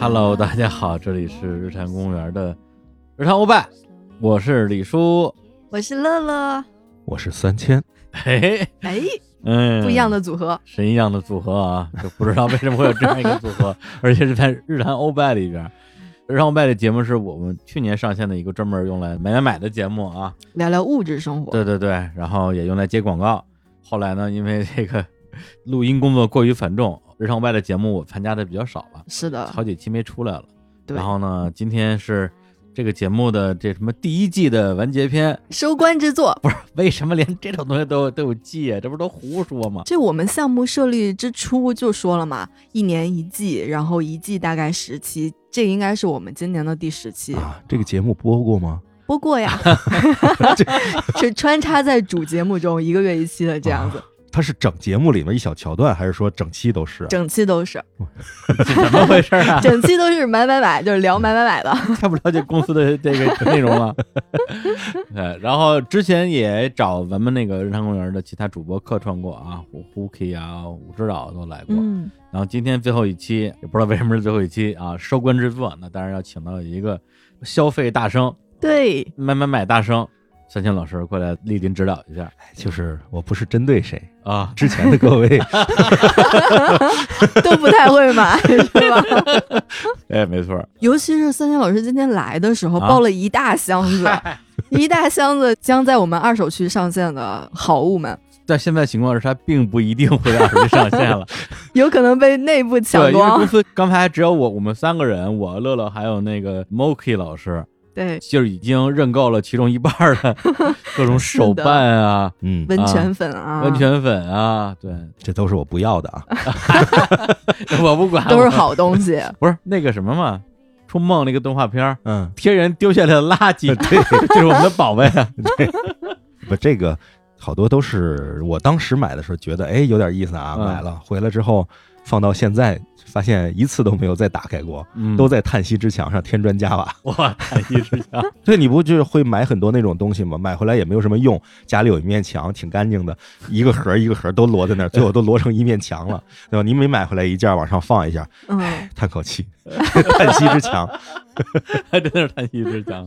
Hello，大家好，这里是日坛公园的日常欧拜，我是李叔。我是乐 乐，我是三千，嘿，哎，嗯，不一样的组合，神一样的组合啊，就不知道为什么会有这样一个组合， 而且是在日坛欧拜里边儿。日坛欧拜的节目是我们去年上线的一个专门用来买买买的节目啊，聊聊物质生活。对对对，然后也用来接广告。后来呢，因为这个录音工作过于繁重，日常外的节目我参加的比较少了，是的，好几期没出来了。对然后呢，今天是这个节目的这什么第一季的完结篇，收官之作。为什么连这种东西都有都有季啊？这不是都胡说 吗？这我们项目设立之初就说了嘛，一年一季，然后一季大概十期，这应该是我们今年的第十哎期。啊，这个节目播过吗？播过 呀，是穿插在主节目中，一个月一期的这样子，它是整节目里面一小桥段，还是说整期都是啊？整期都是，怎么回事 啊？整期都是买买买，就是聊买买买的。太不了解公司的这个内容 了。呃，然后之前也找咱们那个日常公园的其他主播客串过啊，胡胡 k 啊、武指导都来过。嗯，然后今天最后一期，也不知道为什么是最后一期啊，收官之作，那当然要请到一个消费大生、对，买买买大生，三千老师过来莅临指导一下就是我不是针对谁，啊。之前的 各位，都不太会买，是吧？哎，没错，尤其是三千老师今天来的时候，啊抱了一大箱 子，一大箱子将在我们二手区上线的好物们，在现在情况是，他并不一定会让人上线了，有可能被内部抢 对，因为公光。司刚才只有我我们三个人，我乐乐还有那个 Moki 老师，对，就是已经认购了其中一半儿的各种手办啊、嗯，温泉粉啊，温泉粉啊，对， 这都是我不要的啊。我不管，都是我好东 西。不是那个什么嘛，《冲梦》那个动画片儿， 嗯， 天人丢下来的垃 圾，对，这是我们的宝贝啊。不，这个好多都是我当时买的时候觉得，哎，有点意思啊，嗯买了，回来之后放到现在，发现一次都没有再打开过，嗯都在叹息之墙上添砖加瓦。 我叹息之下，对，你不就是会买很多那种东西吗？买回来也没有什么用，家里有一面墙，挺干净的，一个盒儿一个盒儿都摞在那儿，最后都摞成一面墙了，对吧？你每买回来一件儿往上放一下，嗯，叹口气，叹息之墙。还 真的是叹息之下。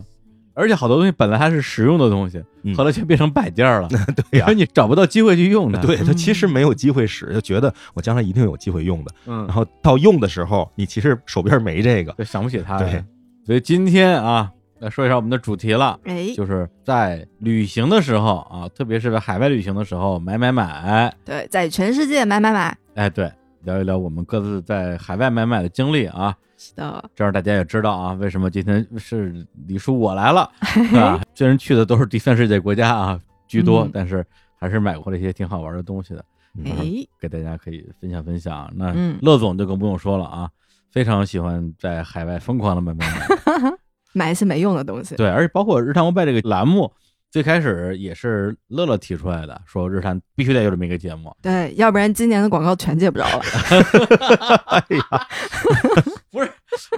而且好多东西本来还是实用的东西，嗯后来却变成摆件儿了， 对呀、而你找不到机会去用它。 对，它其实没有机会使，就觉得我将来一定有机会用的，嗯然，后到用的时候，你其实手边没这个。就想不起它对了。所以今天啊，来说一下我们的主题了。哎，就是在旅行的时候啊，特别是在海外旅行的时候，买买买，对，在全世界买买买，哎，对，聊一聊我们各自在海外买买的经历啊，是的，这样大家也知道啊，为什么今天是李叔我来 了，是吧？虽然去的都是第三世界国家啊居多嗯，但是还是买过了一些挺好玩的东西的，嗯哎，给大家可以分享分享。那嗯乐总就更不用说了啊，非常喜欢在海外疯狂的买买买。 买一些没用的东西。对，而且包括日坛欧拜这个栏目，最开始也是乐乐提出来的，说日坛必须得有这么一个节目。 对，要不然今年的广告全借不着了。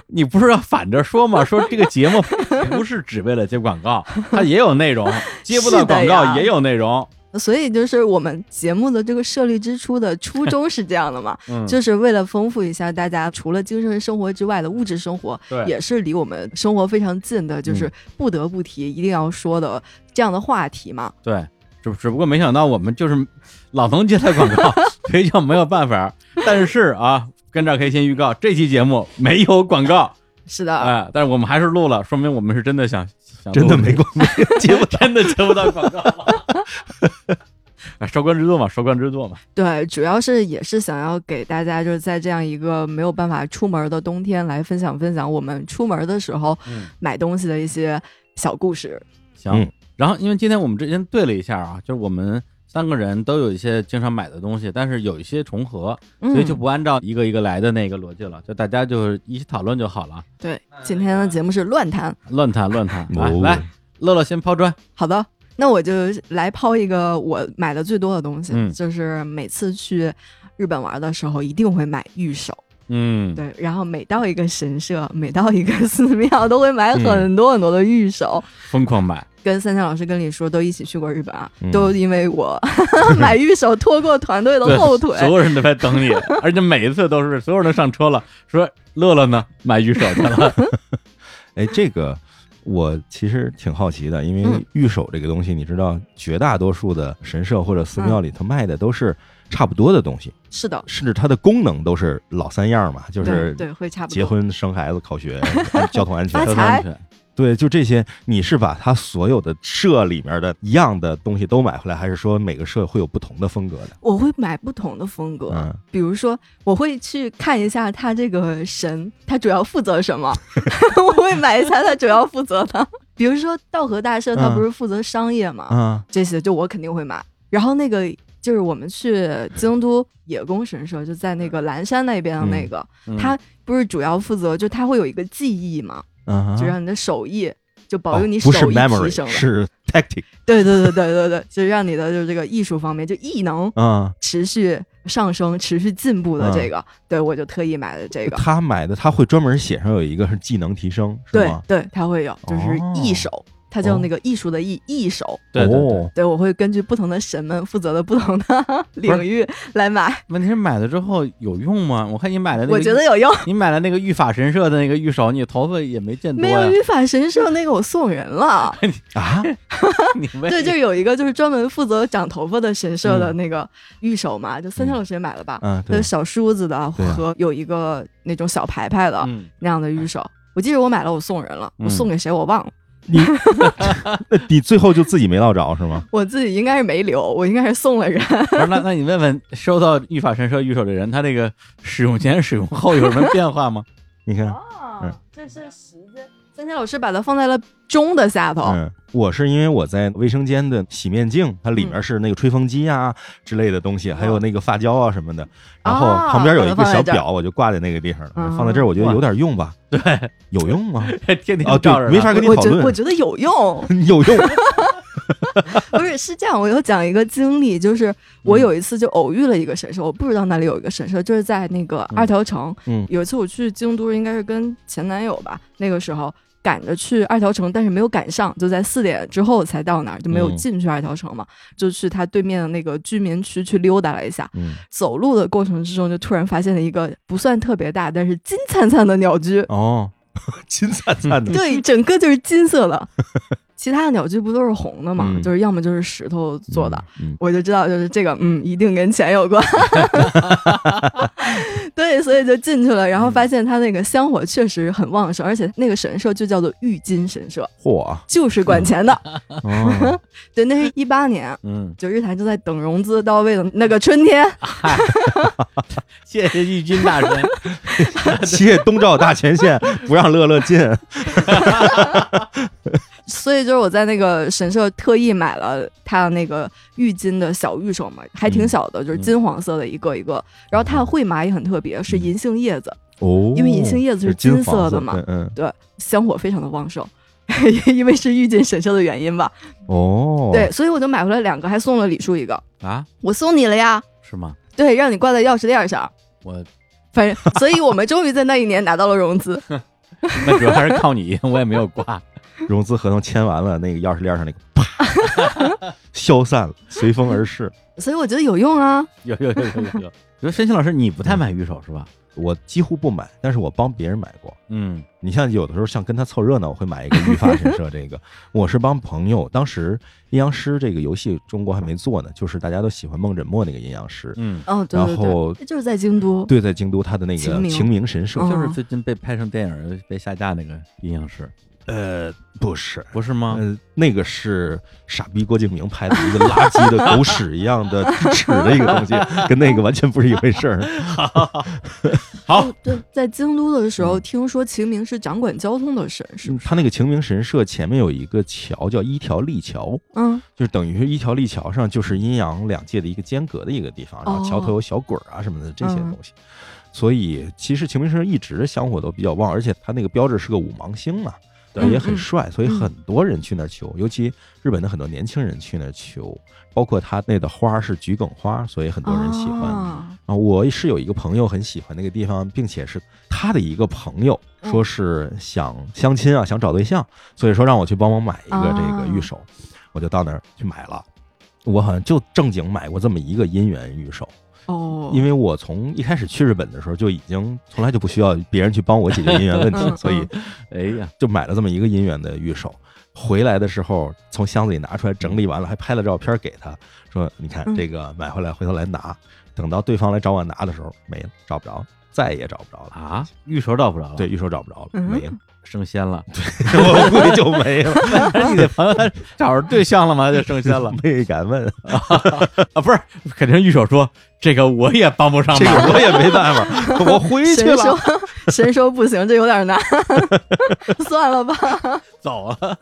你不是要反着说吗？说这个节目不是只为了接广告，它也有内容，接不到是的广呀告也有内容。所以就是我们节目的这个设立之初的初衷是这样的嘛， 嗯，就是为了丰富一下大家除了精神生活之外的物质生活，对嗯也是离我们生活非常近的，就是不得不提、一定要说的这样的话题嘛。对，只只不过没想到我们就是老能接到广告， 所以就没有办法。但是啊，跟这儿可以先预告，这期节目没有广告，是的，哎、但是我们还是录了，说明我们是真的想想真的录没过没接不 真的接不到广告了。 啊，收官之作嘛，收官之作嘛，对，主要是也是想要给大家就是在这样一个没有办法出门的冬天来分享分享我们出门的时候嗯，买东西的一些小故事。行。嗯然后，因为今天我们之前对了一下啊，就是我们三个人都有一些经常买的东西，但是有一些重合，所以就嗯不按照一个一个来的那个逻辑了，就大家就是一起讨论就好了，对，今天的节目是乱谈。乱谈乱谈。来哦来，乐乐先抛砖，好的，那我就来抛一个我买的最多的东西，嗯就是每次去日本玩的时候一定会买玉手。嗯，对，然后每到一嗯个神社，每到一个寺庙，都会买很多很多的玉手。疯狂买，跟三千老师跟李叔都一起去过日本啊，嗯都因为我 买玉手拖过团队的后腿。所有人都在等你，而且每一次都是所有人都上车了，说乐乐呢买玉手去了， 哎，这个我其实挺好奇的，因为嗯玉手这个东西，你知道，绝大多数的神社或者寺嗯庙里，它卖的都是差不多的东西，是的，甚至它的功能都是老三样嘛，就是对对会差不多。结婚、生孩子、考学、安交通安全发。财对，就这些，你是把它所有的社里面的一样的东西都买回来，还是说每个社会有不同的风格的？我会买不同的风格，嗯比如说我会去看一下他这个神，他主要负责什 么，我会买一下他主要负责的。比如说道和大社，他嗯不是负责商业嘛，啊，这些就我肯定会买。然后那个就是我们去京都野宫神社，就在那个岚山那边的那个，嗯他不是主要负责，就他会有一个技艺嘛，啊就让你的手艺。就保哦佑你不是手艺提 memory 升了，是 tactic 对对对对对对，就让你的就是这个艺术方面，就艺能啊。持续上升、持续进步嗯的这个，对我就特意买的这个。他买的他会专门写上有一个是技能提升，是对吗？对，它会有，就是哦艺手，它叫哦那个艺术的艺，艺手。对对对哦，对，我会根据不同的神们负责的不同的 领域来买，哎问题是买了之后有用吗？我看你买的那个，我觉得有用。你买了那个御法神社的那个御手，你头发也没见多没有呀。语法神社那个我送人 了，啊， 你为对，就是有一个就是专门负责长头发的神社的那个御手嘛，就三千嗯老师也买了吧， 嗯，就对 是，小梳子的对啊和有一个那种小牌牌的嗯，那样的御手。我记得我买了，我送人了，我嗯送给谁我忘了。你 那你最后就自己没落着是吗？我自己应该是没留，我应该是送了人。不是那那你问问收到御法神社御手的人，他这个使用前、使用后有什么变化吗？ 你看，嗯哦，这是时间。三千老师把它放在了钟的下头，嗯，我是因为我在卫生间的洗面镜，它嗯里面是那个吹风机啊之类的东西，还有那个发胶啊什么的，然后啊旁边有一嗯把它个放小在这儿表，我就挂在那个地方了，嗯放在这儿我觉得有点用吧？对，有用吗？天天哦，照着对，呢没法跟你我讨觉得我论，觉得有用， 有用， 不是是这样。我有讲一个经历，就是嗯我有一次就偶遇了一个神社，我不知道那里有一个神社，就是在那个嗯二条城。嗯有一次我去京都，应该是跟前男友吧，那个时候赶着去二条城，但是没有赶上，就在四点之后才到那儿，就没有嗯进去二条城嘛，就去他对面的那个居民区去溜达了一下。嗯，走路的过程之中，就突然发现了一个不算特别大，但是金灿灿的鸟 居。哦，金灿灿的，对，整个就是金色的。其他的鸟居不都是红的嘛，嗯就是要么就是石头做的。嗯，我就知道，就是这个，嗯，一定跟钱有关。 对，所以就进去了，然后发现它那个香火确实很旺盛，而且那个神社就叫做玉金神社，嗯，嚯，就是管钱的。哦对，那是一八年，嗯，就日坛正在等融资到位的那个春天，谢谢玉军大神，谢东照大前线不让乐乐进，所以就是我在那个神社特意买了它的那个玉金的小玉手嘛，还挺小的，就是金黄色的一个一个。然后它的绘麻也很特别，是银杏叶子，哦因为银杏叶子是金色的嘛是金黄色嗯，对，香火非常的旺盛。 因为是玉金神社的原因吧，嗯哦，对，，所以我就买回来两个，还送了李叔一个， 啊，我送你了呀，是吗？对，让你挂在钥匙链上，我反正，所以我们终于在那一年拿到了融资， 那主要还是靠你，我也没有挂。 融资合同签完了，那个钥匙链上那个啪， 消散了，随风而逝。所以我觉得有用啊，有有有有有有。比如申鑫老师，你不太买玉手是吧？我几乎不买，但是我帮别人买过。嗯你像有的时候像跟他凑热闹，我会买一个语法神社这个。 我是帮朋友，当时阴阳师这个游戏中国还没做呢，就是大家都喜欢梦枕墨那个阴阳师，嗯，哦，对对然后对，就是在京都，对，在京都他的那晴个明晴明神社，嗯就是最近被拍成电影被下架那个阴阳师，呃，不是，不是吗？呃，那个是傻逼郭敬明拍的一个垃圾的狗屎一样的屎的一个东西，跟那个完全不是一回事儿。好，对，在京都的时候，听说秦明是掌管交通的神，是嗯不是？嗯他那个晴明神社前面有一个桥叫一条立桥，嗯，就是等于是一条立桥上就是阴阳两界的一个间隔的一个地方，然后哦桥头有小鬼儿啊什么的这嗯些东西。所以其实晴明神社一直香火都比较旺，而且它那个标志是个五芒星嘛。对，也嗯很嗯帅，所以嗯很多人去那儿求，尤其日本的很多年轻人去那儿求，包括他那的花儿是桔梗花，所以很多人喜欢。啊啊，我是有一个朋友很喜欢那个地方，并且是他的一个朋友，嗯说是想相亲啊，想找对象，所以说让我去帮忙买一个这个啊玉手，我就到那儿去买了。我好像就正经买过这么一个姻缘玉手，哦，因为我从一开始去日本的时候就已经从来就不需要别人去帮我解决姻缘问嗯题，嗯所以哎呀，就买了这么一个姻缘的玉手。回来的时候，从箱子里拿出来整理完了，还拍了照片给他，说：“你看嗯这个买回来，回头来拿。”等到对方来找我拿的时候，没了，找不着，再也找不着了。啊，玉手找不着了，对，，玉手找不着了，嗯没了， 升仙了。我估计就没 了， 你的朋友他找着对象了吗？就升仙 了没敢问，啊？不是，肯定玉手说这个我也帮不上这忙。个我也没 办法，我回去神了说。神说不行，这有点难， 算了吧。 走啊了，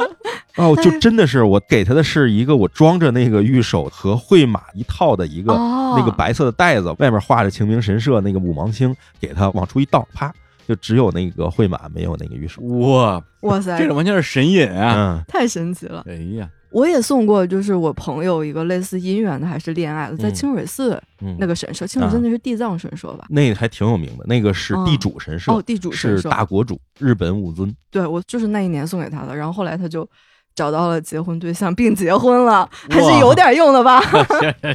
哦， 就真的是我给他的是一个我装着那个玉手和绘马一套的一个哦，那个白色的袋子，外面画着清明神社那个五芒星，给它往出一倒，啪，就只有那个绘马，没有那个玉手。哇，哇塞这，个完全是神隐啊！嗯，太神奇了！哎呀，我也送过，就是我朋友一个类似姻缘的，还是恋爱的，在嗯清水寺嗯那个神社，清水寺那是地藏神社吧？那个还挺有名的，那个是地主神社，哦，地主神嗯是社，大国主，日本武尊。对我就是那一年送给他的，然后后来他就找到了结婚对象，并结婚了，还是有点用 的吧？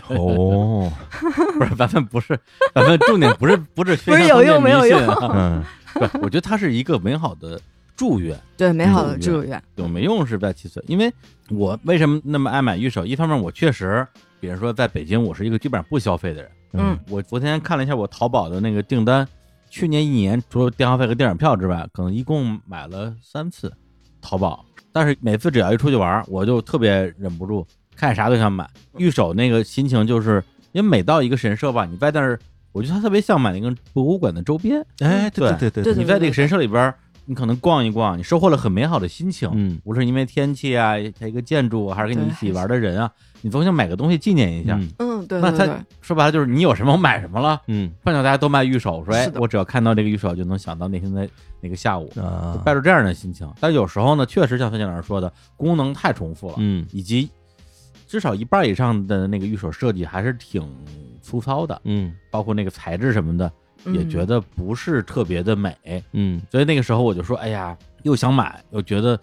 哦，不是，咱们不是，咱们重点不是 不是宣不是扬有用封建没有迷信用啊嗯，不，我觉得它是一个美好的祝愿，对，美好的嗯祝愿，有没用是在其次。因为我为什么那么爱买玉手？一方面我确实，比如说在北京，我是一个基本上不消费的人。嗯，我昨天看了一下我淘宝的那个订单，去年一年除了电话费和电影票之外，可能一共买了三次淘宝。但是每次只要一出去玩儿，我就特别忍不住，看啥都想买。玉手那个心情就是，因为每到一个神社吧，你在那儿，我觉得它特别像买那个博物馆的周边。哎，对对对对你在这个神社里边儿，你可能逛一逛，你收获了很美好的心情。嗯无论是因为天气啊，它一个建筑啊，还是跟你一起玩的人啊，你总想买个东西纪念一下。嗯嗯，对那对他对，说白了就是你有什么我买什么了。嗯碰巧大家都卖玉手，说哎是，的我只要看到这个玉手，就能想到那天的那个下午，啊，带着这样的心情。但有时候呢，确实像孙老师说的，功能太重复了，嗯以及至少一半以上的那个玉手设计还是挺粗糙的，嗯包括那个材质什么的，也嗯觉得不是特别的美。嗯所以那个时候我就说，哎呀，又想买，又觉得，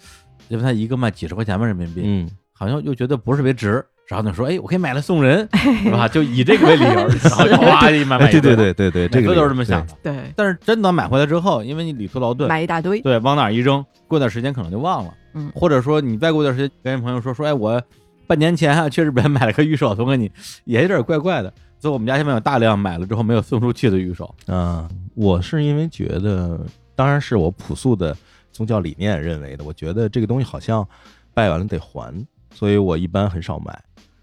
因为它一个卖几十块钱吧人民币，嗯，好像又觉得不是特别值。然后呢说，哎，我可以买来 送人，是吧？就以这个为理由，然后就哇一买买哎，一对堆对对对每对，这个次都是这么想的。的。对，但是真的买回来之后，因为你理出劳顿，买一大堆，对，往哪儿一扔，过段时间可能就忘了。嗯或者说你再过段时间跟朋友说说，哎，我半年前啊去 日本买了个玉手送给你，也有点怪怪的。所以我们家现在有大量买了之后没有送出去的玉手。啊，我是因为觉得，当然是我朴素的宗教理念认为的，我觉得这个东西好像拜完了得还，所以我一般很少买。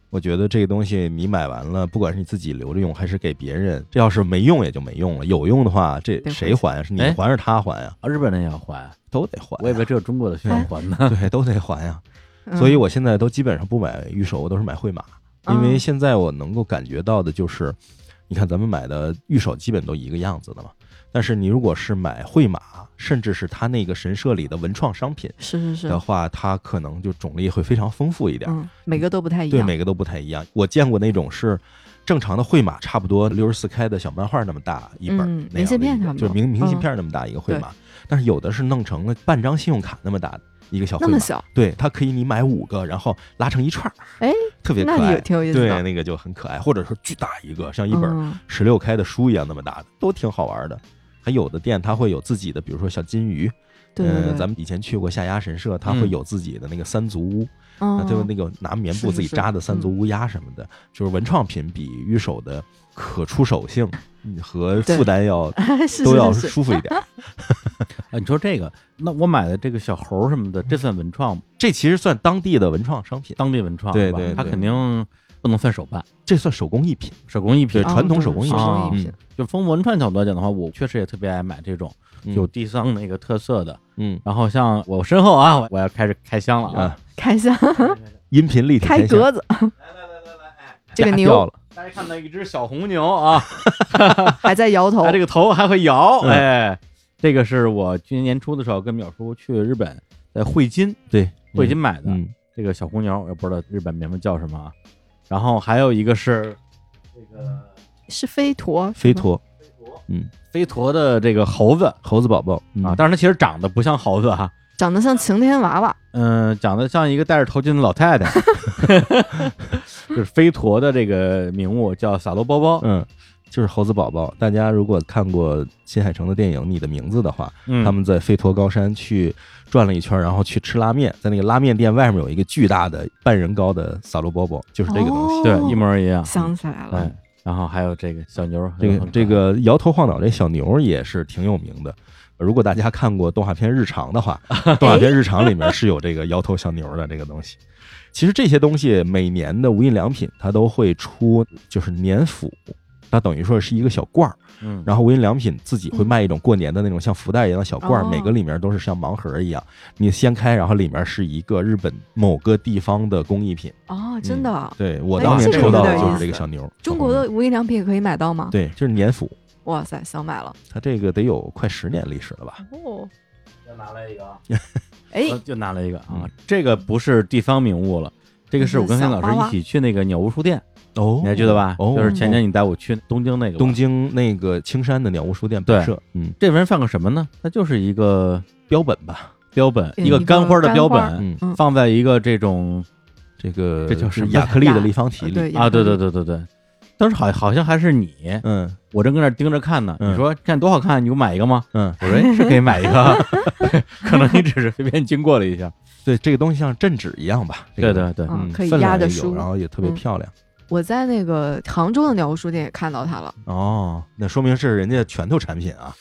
我觉得这个东西你买完了，不管是你自己留着用还是给别人，这要是没用也就没用了，有用的话，这得还谁还呀？是你哎还是他还呀？啊，日本人也要还，都得还呀，啊我以为只有中国的需要还哎呢。对，都得还呀。嗯所以我现在都基本上不买预售，我都是买惠马，因为嗯现在我能够感觉到的就是，你看咱们买的预售基本都一个样子的嘛。但是你如果是买惠马，甚至是它那个神社里的文创商品是是的是，话，它可能就种类会非常丰富一点，嗯，每个都不太一对样，每个都不太一样。我见过那种是。正常的惠马差不多六十四开的小漫画那么大一本儿嗯那样明信的一个，片差不多就是明明信嗯片那么大一个惠对马，但是有的是弄成了半张信用卡那么大的一个小惠那马么，小，对，它可以你买五个，然后拉成一串儿，哎，特别可那爱也，挺有意思对，的，那个就很可爱，或者说巨大一个，像一本嗯十六开的书一样那么大的，都挺好玩的。还有的店它会有自己的，比如说小金鱼，对对呃对，咱们以前去过下鸭神社，它嗯会有自己的那个三足乌，啊，们就是那个拿棉布是自己是扎的三足乌鸦什么的，就是文创品比御手的可出手性嗯和对负担要 是都要是是是舒服一点。啊，你说这个，那我买的这个小猴儿什么的，这算文创吗这其实算当地的文创商品，当地文创对是吧对它对肯定不能算手办，这算手工艺品。手工艺品对。传统哦手工艺对品手工艺啊品，就从文创角度来讲的话，我确实也特别爱买这种嗯有地藏那个特色的。嗯然后像我身后啊，我我要开始开箱了啊啊，，开箱音频立体开天象格 子， 这个夹牛掉了，大家看到一只小红牛 啊，还在摇头它，这个头还会摇，嗯哎，这个是我今年年初的时候跟淼叔去日本在汇金对，汇金买的、嗯，这个小红牛，我也不知道日本名字叫什么啊。然后还有一个是这个是飞陀，飞是吗，陀飞陀的这个猴子猴子宝宝啊，，但是它其实长得不像猴子哈、长得像晴天娃娃，嗯，长得像一个戴着头巾的老太 太，就是飞陀的这个名物叫撒罗包包，嗯，就是猴子宝宝。大家如果看过新海诚的电影《你的名字》的话，嗯他们在飞驼高山去转了一圈，然后去吃拉面，在那个拉面店外面有一个巨大的半人高的萨罗包包，就是这个东西。哦对一模一样，想起来了哎，然后还有这个小牛，这个很可爱这个摇头晃脑这小牛也是挺有名的。如果大家看过动画片《日常》的 话，动画片《日常》里面是有这个摇头小牛的这个东西。其实这些东西每年的无印良品它都会出，就是年辅，它等于说是一个小罐儿。嗯，然后无印良品自己会卖一种过年的那种像福袋一样的小罐儿，嗯哦每个里面都是像盲盒一样，你掀开，然后里面是一个日本某个地方的工艺品。哦，嗯真的，对我哎当年这个抽有到的点就意是这思个小牛，嗯中国的无印良品也可以买到吗？对，就是年辅，哇塞，想买了它这个得有快十年历史了吧？哦，又拿来一个，哎，又拿了一个啊嗯，这个不是地方名物了。这个是我跟黑老师一起去那个鸟屋书店，哦你还记得吧？哦，就是前年你带我去东京那个吧东京那个青山的鸟屋书店本对社，嗯，这玩意儿算个什么呢？它就是一个标本吧，标本，嗯一个干花的标一个干本，嗯，嗯放在一个这种这个这叫是什么亚克力的呀立方体 里，对啊，对对，对对对。当时好好像还是你，嗯我正跟那儿盯着看呢。嗯你说看多好看，你就买一个吗？嗯，我说哎是可以买一 个，可能你只是随便经过了一下。也对，这个东西像镇纸一样吧？这 对个对对，啊嗯，可以分量压着也有书然后也特别嗯漂亮。我在那个杭州的鸟屋书店也看到它了，哦，那说明是人家拳头产品啊。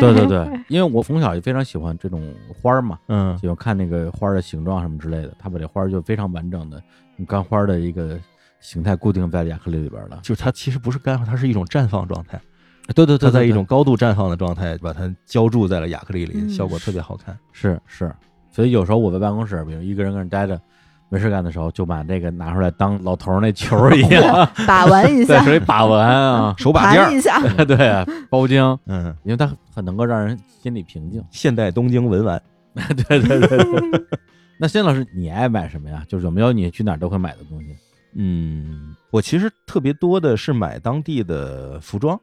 对对对，因为我从小就非常喜欢这种花儿嘛，嗯喜欢看那个花儿的形状什么之类的。他把这花儿就非常完整的用干花儿的一个形态固定在亚克力里边了。就是它其实不是干花，它是一种绽放状态，对对它在一种高度绽放的状态，把它浇筑在了亚克力里，嗯效果特别好看。是是，所以有时候我在办公室，比如一个人跟那待着。没事干的时候，就把这个拿出来当老头儿那球儿一 样，把玩一 在 下，手里把玩 啊，手把件盘儿，一下，对啊，包浆，嗯，因为它很能够让人心里平静。现代东京文玩， 对对对对。 那辛老师，你爱买什么呀？就是有没有你去哪儿都会买的东西嗯，我其实特别多的是买当地的服装，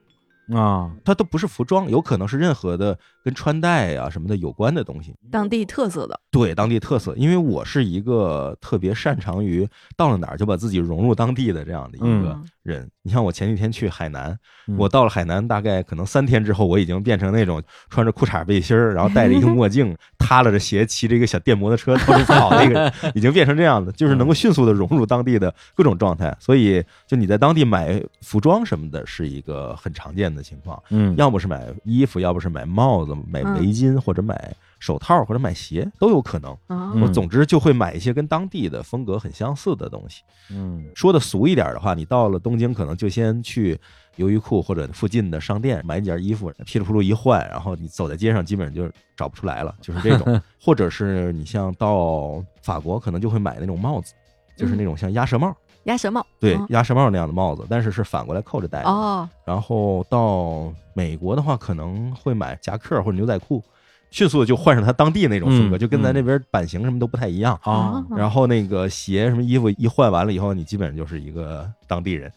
啊？它都不是服装，有可能是任何的跟穿戴啊什么的有关的东西。当地特色的，对当地特色，因为我是一个特别擅长于到了哪儿就把自己融入当地的这样的一个嗯人。你像我前几天去海南，嗯我到了海南大概可能三天之后，我已经变成那种穿着裤衩背心儿，然后戴着一个 墨镜，塌拉着鞋，骑着一个小电摩托车到处跑那个人，已经变成这样的，就是能够迅速的融入当地的各种状态。所以，就你在当地买服装什么的，是一个很常见的情况。嗯，要不是买衣服，要不是买帽子、买嗯围巾，或者买手套，或者买鞋，都有可能。啊嗯我总之就会买一些跟当地的风格很相似的东西。嗯说的俗一点的话，你到了东京，可能就先去优衣库或者附近的商店买几件衣服，噼里扑噜一换，然后你走在街上，基本上就找不出来了，就是这种。或者是你像到法国，可能就会买那种帽子，就是那种像鸭舌帽，鸭舌帽，对嗯，鸭舌帽那样的帽子，但是是反过来扣着戴哎的。哦，然后到美国的话，可能会买夹克或者牛仔裤，迅速的就换上它当地那种风格，嗯就跟咱嗯那边版型什么都不太一样。啊嗯然后那个鞋什么衣服一换完了以后，你基本上就是一个当地人。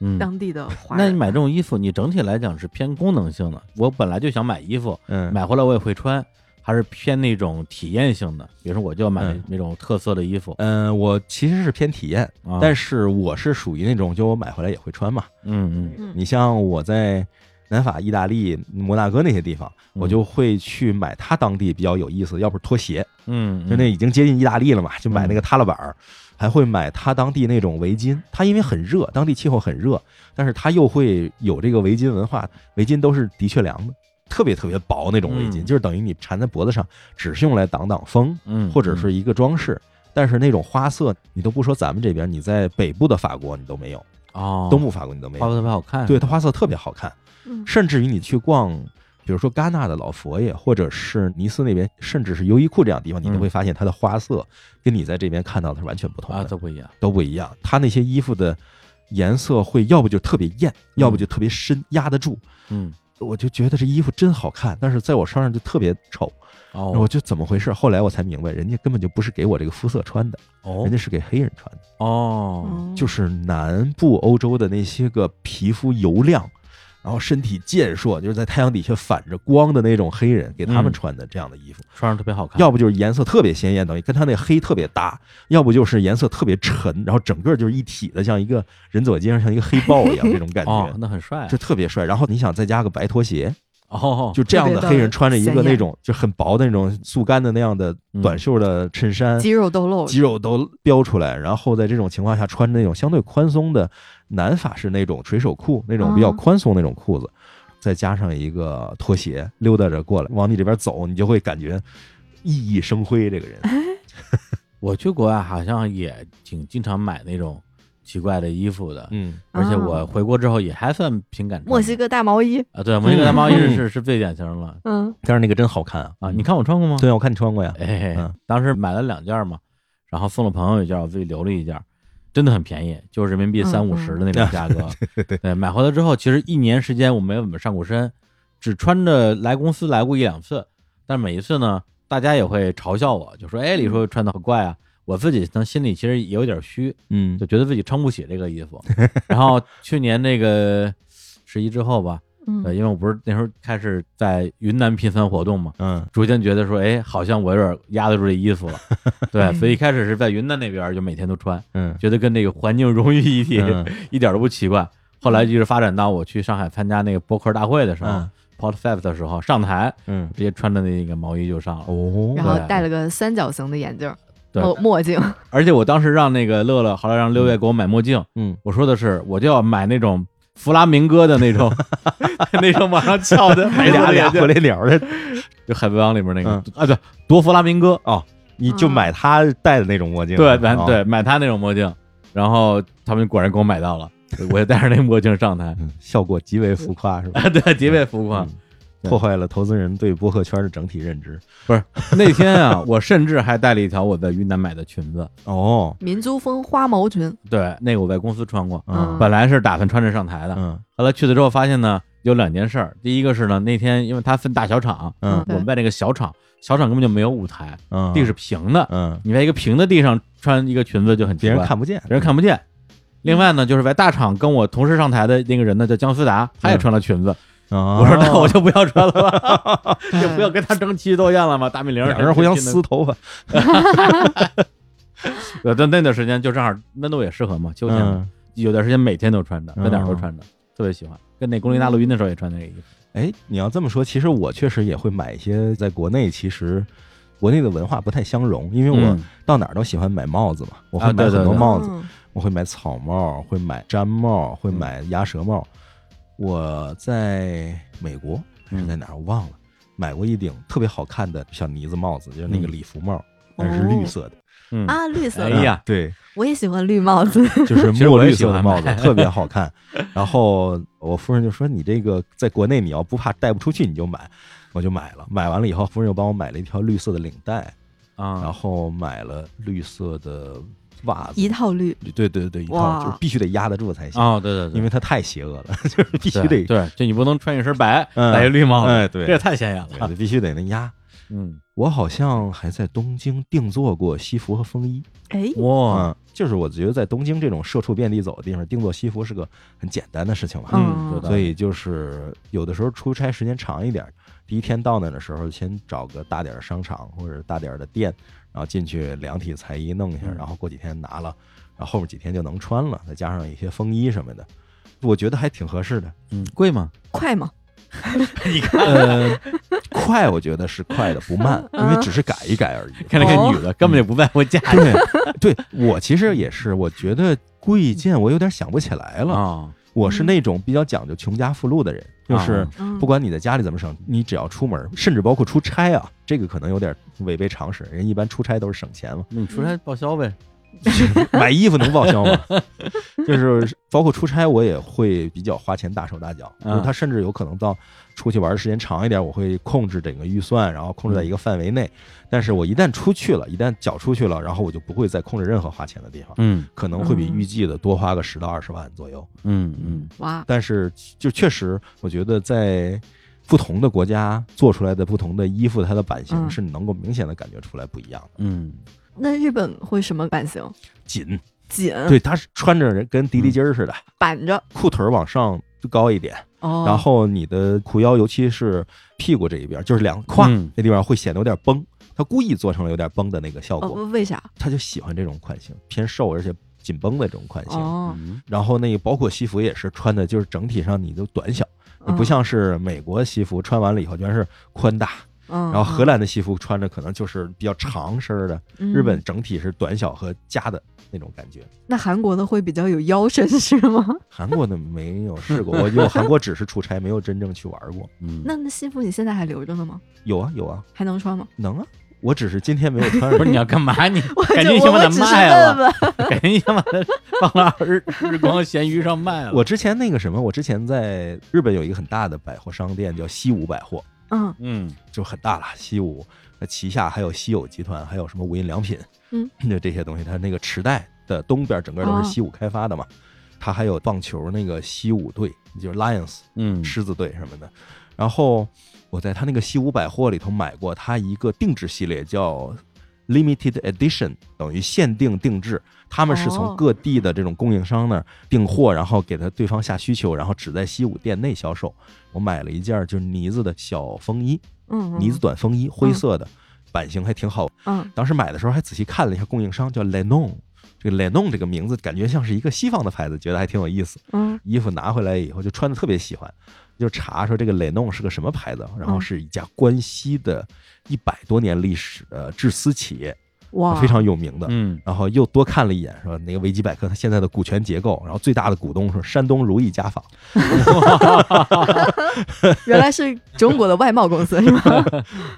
嗯。当地的华那你人，买这种衣服，你整体来讲是偏功能性的。我本来就想买衣服，嗯，买回来我也会穿，还是偏那种体验性的。比如说，我就要买嗯那种特色的衣服。嗯、我其实是偏体验，啊但是我是属于那种就我买回来也会穿嘛。嗯嗯，嗯你像我在南法、意大利、摩纳哥那些地方，嗯我就会去买它当地比较有意思，要不是拖鞋，嗯，就那已经接近意大利了嘛，就买那个踏拉板儿，还会买它当地那种围巾。它因为很热，当地气候很热，但是它又会有这个围巾文化，围巾都是的确凉的，特别特别薄那种围巾，嗯就是等于你缠在脖子上，只是用来挡挡风嗯，或者是一个装饰。但是那种花色，你都不说咱们这边，你在北部的法国你都没有，哦，东部法国你都没花有。色特别好看。对，它花色特别好看，嗯甚至于你去逛，比如说戛纳的老佛爷，或者是尼斯那边，甚至是优衣库这样的地方，你都嗯会发现它的花色跟你在这边看到的是完全不同啊，的，都不一样。都不一样。它那些衣服的颜色会要不就特别艳，要不就特别深，压得住。嗯我就觉得这衣服真好看，但是在我身上就特别丑。哦，我就怎么回事？后来我才明白，人家根本就不是给我这个肤色穿的，哦人家是给黑人穿的，哦，嗯就是南部欧洲的那些个皮肤油亮，然后身体健硕，就是在太阳底下反着光的那种黑人，给他们嗯穿的这样的衣服。穿上特别好看，要不就是颜色特别鲜艳，等于跟他那黑特别搭；要不就是颜色特别沉，然后整个就是一体的，像一个人走在街上像一个黑豹一样这种感 哦觉，，那很帅啊就，特别帅。然后你想再加个白拖鞋，哦，就这样的特别的黑人穿着一个显眼那种就很薄的那种速干的那样的嗯短袖的衬衫，嗯肌肉都露肌了，肉都飙出来，然后在这种情况下穿着那种相对宽松的南法式那种垂手裤，那种比较哦宽松那种裤子，再加上一个拖鞋溜达着过来，往你这边走，你就会感觉熠熠生辉。这个人，我去国外好像也挺经常买那种奇怪的衣服的，嗯，而且啊我回国之后也还算挺敢穿的。墨西哥大毛衣，啊，对，墨西哥大毛衣嗯是是最典型的了嗯，但是那个真好看啊！啊！你看我穿过吗？对啊，我看你穿过呀，哎，嗯当时买了两件嘛，然后送了朋友一件，我自己留了一件，真的很便宜，就是人民币嗯三五十的那种价格。对买回来之后，其实一年时间我没有怎么上过身，只穿着来公司来过一两次，但每一次呢，大家也会嘲笑我，就说：“哎，李叔穿的好怪啊！”我自己呢心里其实也有点虚，嗯就觉得自己撑不起这个衣服。然后去年那个十一之后吧，呃，嗯，因为我不是那时候开始在云南拼团活动嘛，嗯逐渐觉得说，哎，好像我有点压得住这衣服 了，对，所以一开始是在云南那边儿就每天都穿，嗯，觉得跟这个环境融于一体，嗯一点儿都不奇怪。后来就是发展到我去上海参加那个播客大会的时候、嗯 p o d f e s t 的时候，上台嗯，直接穿着那个毛衣就上了。哦然后对戴了个三角形的眼镜儿，对墨墨镜，而且我当时让那个乐乐，后来让六月给我买墨镜，嗯，我说的是我就要买那种弗拉明哥的那 种，那种往上翘的，还俩俩 就回来聊嗯的，就海贼王里边那个、嗯啊，对，夺弗拉明哥哦，你就买他戴的那种墨镜，对，买哦，对，买他那种墨镜，然后他们果然给我买到了，我就戴着那墨镜上台 嗯效果极为浮夸，是吧？啊，对，极为浮夸。嗯破坏了投资人对播客圈的整体认知。嗯 那天啊，我甚至还带了一条我在云南买的裙子，哦，民族风花毛裙，对，那个我在公司穿过，嗯本来是打算穿着上台的，嗯后来去了之后发现呢，有两件事儿，第一个是呢，那天因为它分大小场，嗯我对们在那个小场，小场根本就没有舞台，嗯，地是平的，嗯，你在一个平的地上穿一个裙子就很奇别人怪看不见，人看不见。另外呢，就是在大厂跟我同时上台的那个人呢，叫姜思达，他也嗯穿了裙子。啊。我说那我就不要穿了 吧，对嗯就不要跟他争奇斗艳了嘛。大米玲两个人互相撕，头发，呃，但那段时间就正好温度也适合嘛，秋天嘛嗯。有段时间每天都穿着，嗯在哪儿都穿着，特别喜欢。跟那龚琳娜录音的时候也穿那个衣服。哎，你要这么说，其实我确实也会买一些在国内，其实国内的文化不太相容，因为我嗯到哪儿都喜欢买帽子嘛，我啊会买对对很多对帽子，嗯我会买草帽，会买毡帽，会买鸭舌帽。我在美国还是在哪儿我忘了，买过一顶特别好看的小呢子帽子，就是那个嗯礼服帽，但是绿色的。嗯，啊，绿色哎的，呀 啊对，我也喜欢绿帽子，就是其实墨我也绿喜色欢 的帽子，特别好看。然后我夫人就说：“你这个在国内你要不怕带不出去，你就买。”我就买了，买完了以后，夫人又帮我买了一条绿色的领带，然啊，后买了绿色的袜子一，套绿，对对对对，一套哇就是必须得压得住才行，哦，对对对，因为它太邪恶了， 就是必须对得，对，就你不能穿一身白，嗯戴一绿帽子，哎这也对，太显眼了。对必须得那压。嗯，我好像还在东京定做过西服和风衣，哎，哇，嗯，就是我觉得在东京这种社畜遍地走的地方，定做西服是个很简单的事情嘛。嗯，嗯有道所理以就是有的时候出差时间长一点儿，第一天到那的时候，先找个大点儿的商场或者大点儿的店，然后进去量体裁衣弄一下，嗯然后过几天拿了，然后后面几天就能穿了，再加上一些风衣什么的，我觉得还挺合适的。嗯，贵 吗？快吗？你看，呃，快我觉得是快的，不 慢，因为只是改一改而已。看那个哦女的根本就不在乎价格 对，对我其实也是，我觉得贵贱我有点想不起来了。啊，我是那种比较讲究穷家富路的人，就是啊。，嗯不管你在家里怎么省，你只要出门，甚至包括出差啊，这个可能有点违背常识。人一般出差都是省钱嘛那你出差报销呗。 买衣服能报销吗？ 就是包括出差，我也会比较花钱大手大脚。嗯就是他甚至有可能到出去玩的时间长一点，我会控制整个预算，然后控嗯制在一个范围内。但是我一旦出去了，一旦脚出去了，然后我就不会再控制任何花钱的地方，嗯可能会比嗯预计的多花个十到二十万左右。嗯嗯哇，但是就确实，我觉得在不同的国家做出来的不同的衣服，它的版型嗯是能够明显的感觉出来不一样的。嗯，那日本会什么版型？紧，紧，嗯对，它是穿着人跟迪丽筋儿似的，板着。裤腿儿往上高一点，哦，然后你的裤腰，尤其是屁股这一边，就是两胯、嗯那地方会显得有点崩。他故意做成了有点崩的那个效哦果，为啥？他就喜欢这种款型，偏瘦而且紧绷的这种款型。哦，嗯然后那个包括西服也是穿的，就是整体上你都短小，你嗯不，像是美国西服穿完了以后全是宽大，然然后荷兰的西服穿着可能就是比较长身儿的，嗯日本整体是短小和夹的那种感觉。那韩国的会比较有腰身是吗？ 韩国的没有试过，我因为我韩国只是出差，没有真正去玩过。嗯，那那西服你现在还留着呢吗？有啊有啊，还能穿吗？能啊，我只是今天没有穿而 已。不是你要干嘛？你 我感就觉你我想把我它只是卖问了，问， 感觉你想把它放到日日光咸鱼上卖了。我之前那个什么，我之前在日本有一个很大的百货商店叫西武百货，嗯嗯就很大了。西武呃旗下还有西友集团，还有什么无印良品，嗯， 就这些东西。它那个池袋的东边整个都哦是西武开发的嘛。它还有棒球那个西武队，就是 Lions 嗯狮子队什么的。然后我在它那个西武百货里头买过它一个定制系列，叫 Limited Edition，等于限定定制。他们是从哦各地的这种供应商那儿订货，然后给他对方下需求，然后只在西武店内销售。我买了一件就是呢子的小风衣，嗯，呢子短风衣，灰色的，版型还挺好。嗯当时买的时候还仔细看了一下供应商，叫 Lenon。这个 Lenon 这个名字感觉像是一个西方的牌子，觉得还挺有意思。嗯衣服拿回来以后就穿的特别喜欢，就查说这个 Lenon 是个什么牌子，然后嗯是一家关西的一百多年历史的制丝企业，哇，非常有名的。嗯然后又多看了一眼，说那个维基百科它现在的股权结构，然后最大的股东是山东如意家纺，原来是中国的外贸公司是 吗？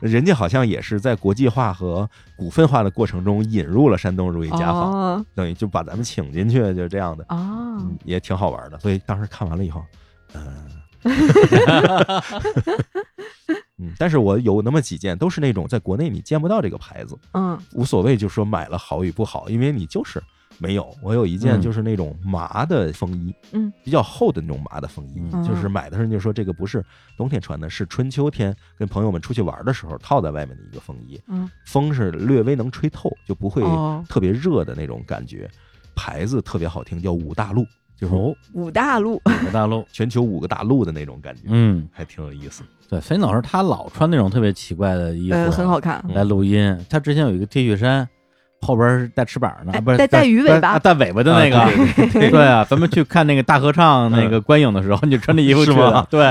人家好像也是在国际化和股份化的过程中引入了山东如意家纺，哦等于就把咱们请进去，就这样的，哦嗯也挺好玩的。所以当时看完了以后，嗯。嗯，但是我有那么几件都是那种在国内你见不到这个牌子，嗯无所谓，就说买了好与不好，因为你就是没有。我有一件嗯就是那种麻的风衣，嗯，比较厚的那种麻的风衣，嗯就是买的时候就说这个不是冬天穿的，是春秋天跟朋友们出去玩的时候套在外面的一个风衣，嗯风是略微能吹透，就不会哦，特别热的那种感觉。牌子特别好听，叫五大陆，就是哦，五大陆五大陆，全球五个大陆的那种感觉，嗯，还挺有意思。对，飞老师他老穿那种特别奇怪的衣服啊，呃很好看，来录音。他之前有一个 T 恤衫，后边是带翅膀的，哎啊不是带带鱼尾巴啊带尾巴的那啊对嗯个。对啊，咱们去看那个大合唱那个观影的时候，你就穿这衣服是去吗的，对，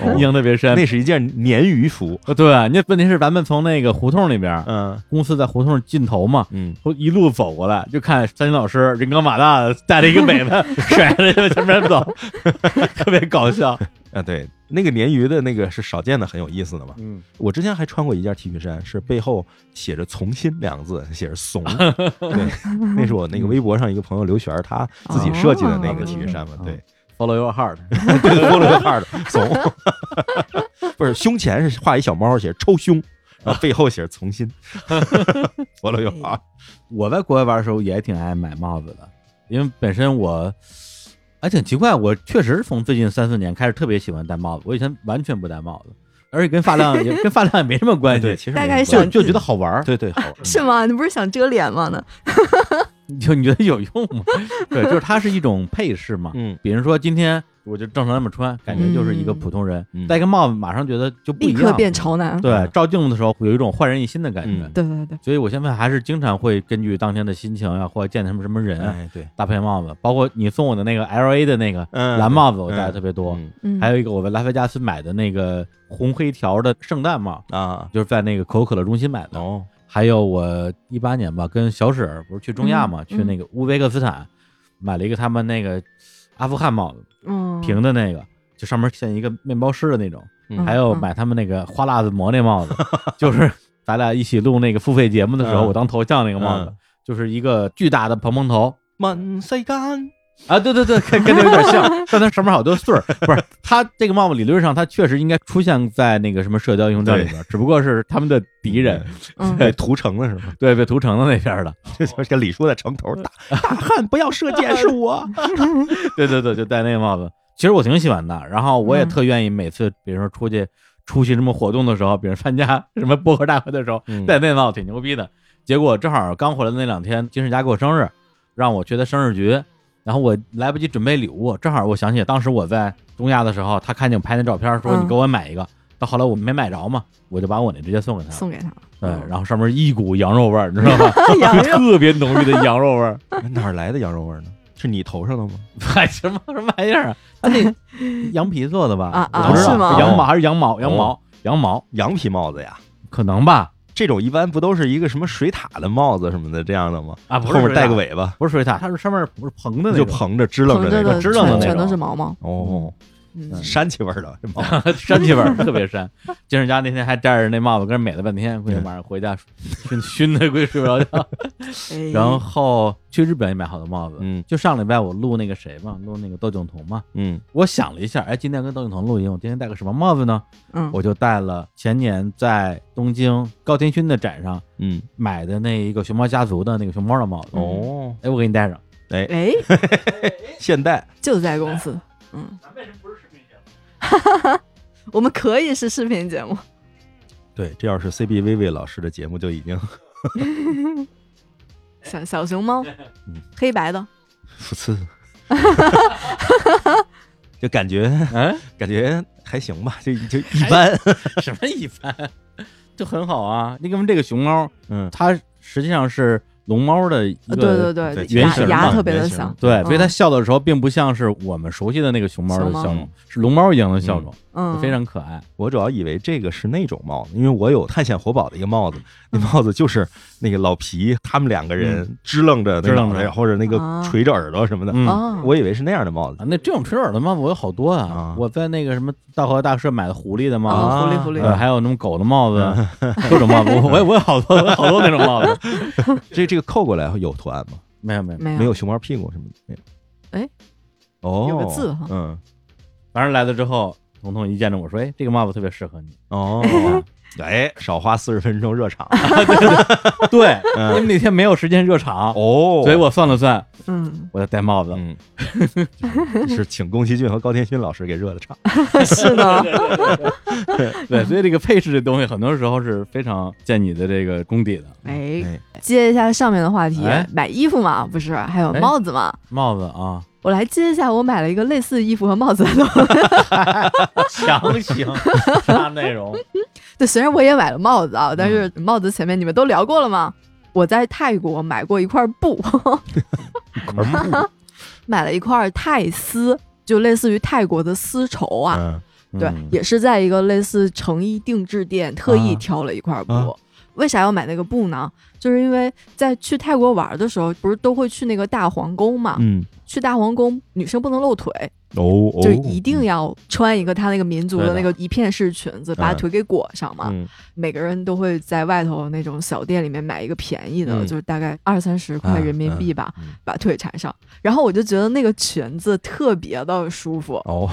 哦 印象特别深。那是一件鲶鱼服，呃对，那问题是咱们从那个胡同里边，嗯公司在胡同尽头嘛，嗯，都一路走过来，就看三星老师人高马大的 带着一个尾巴甩着在前面走， 特别搞笑。啊，对，那个鲶鱼的那个是少见的，很有意思的嘛。嗯，我之前还穿过一件 T 恤衫，是背后写着“从心”两个字，写着 “怂”。对，那是我那个微博上一个朋友刘璇儿，他自己设计的那个 T 恤衫嘛。哦对， follow your heart， 对，多了个 heart，怂。 不是，胸前是画一小猫，写着“抽胸”，然后背后写着“从心”， 多了个 heart。我在国外玩的时候也挺爱买帽子的，因为本身我还挺奇怪，我确实从最近三四年开始特别喜欢戴帽子，我以前完全不戴帽子，而且跟发 量也跟发量也没什么关对，系，其实大没概有是就关就觉得好玩儿系，对对，好 玩。是吗？你不是想遮脸吗？呢，就你觉得有用 吗？对，就是它是一种配饰嘛。嗯比如说今天我就正常那么穿，感觉就是一个普通人，嗯戴个帽子马上觉得就不一立样，刻变潮男。对，照镜子的时候有一种焕然一新的感觉。嗯对对对，所以我现在还是经常会根据当天的心情呀、或者见什么什么人啊，哎，对，搭配帽子。包括你送我的那个 L A 的那个嗯蓝帽子，我戴的特别多。嗯嗯，还有一个我在拉菲加斯买的那个红黑条的圣诞帽，啊，就是在那个可口可乐中心买的。哦，还有我一八年吧，跟小史儿不是去中亚嘛，嗯去那个乌兹别克斯坦，买了一个他们那个阿富汗帽子，嗯平的那个，就上面像一个面包师的那种。嗯还有买他们那个花辣子馍那 帽子，就是咱俩一起录那个付费节目的时候，嗯我当头像那个嗯帽子，就是一个巨大的蓬蓬头满 塞干，啊，对对对，跟跟这有点 像，但它上面好多穗儿，不是它这个帽子理论上它确实应该出现在那个什么射雕英雄传里边，只不过是他们的敌人，嗯 对，屠城了是吧？对，被屠城的那边的，这 就是跟李叔在城头大大汉不要射箭，是我。对对对，就戴那个帽子。其实我挺喜欢的，然后我也嗯特愿意每次，比如说出去出席什么活动的时候，比如参加什么薄荷大会的时候，嗯在那闹挺牛逼的。结果正好刚回来的那两天，金世佳过生日，让我去他生日局，然后我来不及准备礼物，正好我想起当时我在东亚的时候，他看见我拍那照片，说嗯你给我买一个。到后来我没买着嘛，我就把我那直接送给他了，送给他了。对，然后上面一股羊肉味儿，你知道吗？ 羊肉 特别浓郁的羊肉味儿，哪儿来的羊肉味儿呢？是你头上的吗？嗨， 什么什么玩意儿啊？他那 羊皮做的吧？啊我啊不知道是吗羊毛还是羊毛？羊哦毛？羊毛？羊皮帽子呀，可能吧？这种一般不都是一个什么水獭的帽子什么的这样的吗？啊，不后是面带个水獭，尾巴，不是水獭，它是上面不是蓬的那就种，蓬着支棱横着着那的个知道的全那全种都是毛毛。哦，嗯，膻气味儿的这帽子。膻气味 儿特别膻。金世佳那天还戴着那帽子跟人美了半天，估计晚上回家熏熏的， 估计睡不着 觉。哎然后去日本也买好多帽子， 嗯就上礼拜我录那个谁嘛，录那个窦靖童嘛，嗯我想了一下，哎，今天跟窦靖童录音，我今天戴个什么帽子呢？嗯，我就戴了前年在东京高天勋的展上嗯买的那一个熊猫家族的那个熊猫的帽子。哦，哎，我给你戴上。哎，现代就在公司。嗯， 我们可以是视频节目，对，这要是 C B V V 老师的节目就已经小小熊猫嗯，黑白的，复次，就感觉嗯，感觉还行吧，就就一哎般。 什么一般，就很好啊。那个这个熊猫，嗯，它实际上是龙猫的一个啊呃对对对对，原牙型嘛牙特别原的型像，对嗯所以它笑的时候并不像是我们熟悉的那个熊猫的熊猫笑容，是龙猫一样的笑容，嗯，非常可爱。我主要以为这个是那种帽子，因为我有探险活宝的一个帽子，那帽子就是那个老皮他们两个人支棱着那支棱脑袋，着或者那个啊垂着耳朵什么的，嗯哦，我以为是那样的帽子啊，那这种垂耳的帽子我有好多啊啊！我在那个什么大河大社买的狐狸的帽子，啊狐狸狐狸呃，还有那种狗的帽子，各种帽子，我我我有好多我有好多那种帽子。 这这个扣过来有图案吗？没有没有，没没有熊猫屁股什么的，没有。哎，哦，有个字哈嗯，反正来了之后，彤彤一见着我说：“哎，这个帽子特别适合你。哦， 哎，少花四十分钟热 场 对”对，因嗯为那天没有时间热场，哦，所以我算了算，嗯，我要戴帽子。嗯，是请宫崎骏和高天勋老师给热的场。是呢，对，所以这个配饰这东西，很多时候是非常见你的这个功底的。哎，哎，接一下上面的话题嗯哎，买衣服嘛，不是还有哎帽子嘛？帽子啊，我来接一下，我买了一个类似衣服和帽子的东西。 强行 啥内容？对，虽然我也买了帽子啊，但嗯是帽子前面你们都聊过了吗？我在泰国买过一块 布， 买了一块泰丝，就类似于泰国的丝绸啊。嗯，对，也是在一个类似成衣定制店特意挑了一块布。啊为啥要买那个布呢？就是因为在去泰国玩的时候，不是都会去那个大皇宫嘛？嗯，去大皇宫，女生不能露腿，哦，哦就一定要穿一个她那个民族对的的那个一片式裙子，把腿给裹上嘛。嗯每个人都会在外头那种小店里面买一个便宜的，嗯就是大概二三十块人民币吧，嗯嗯，把腿缠上。然后我就觉得那个裙子特别的舒服哦，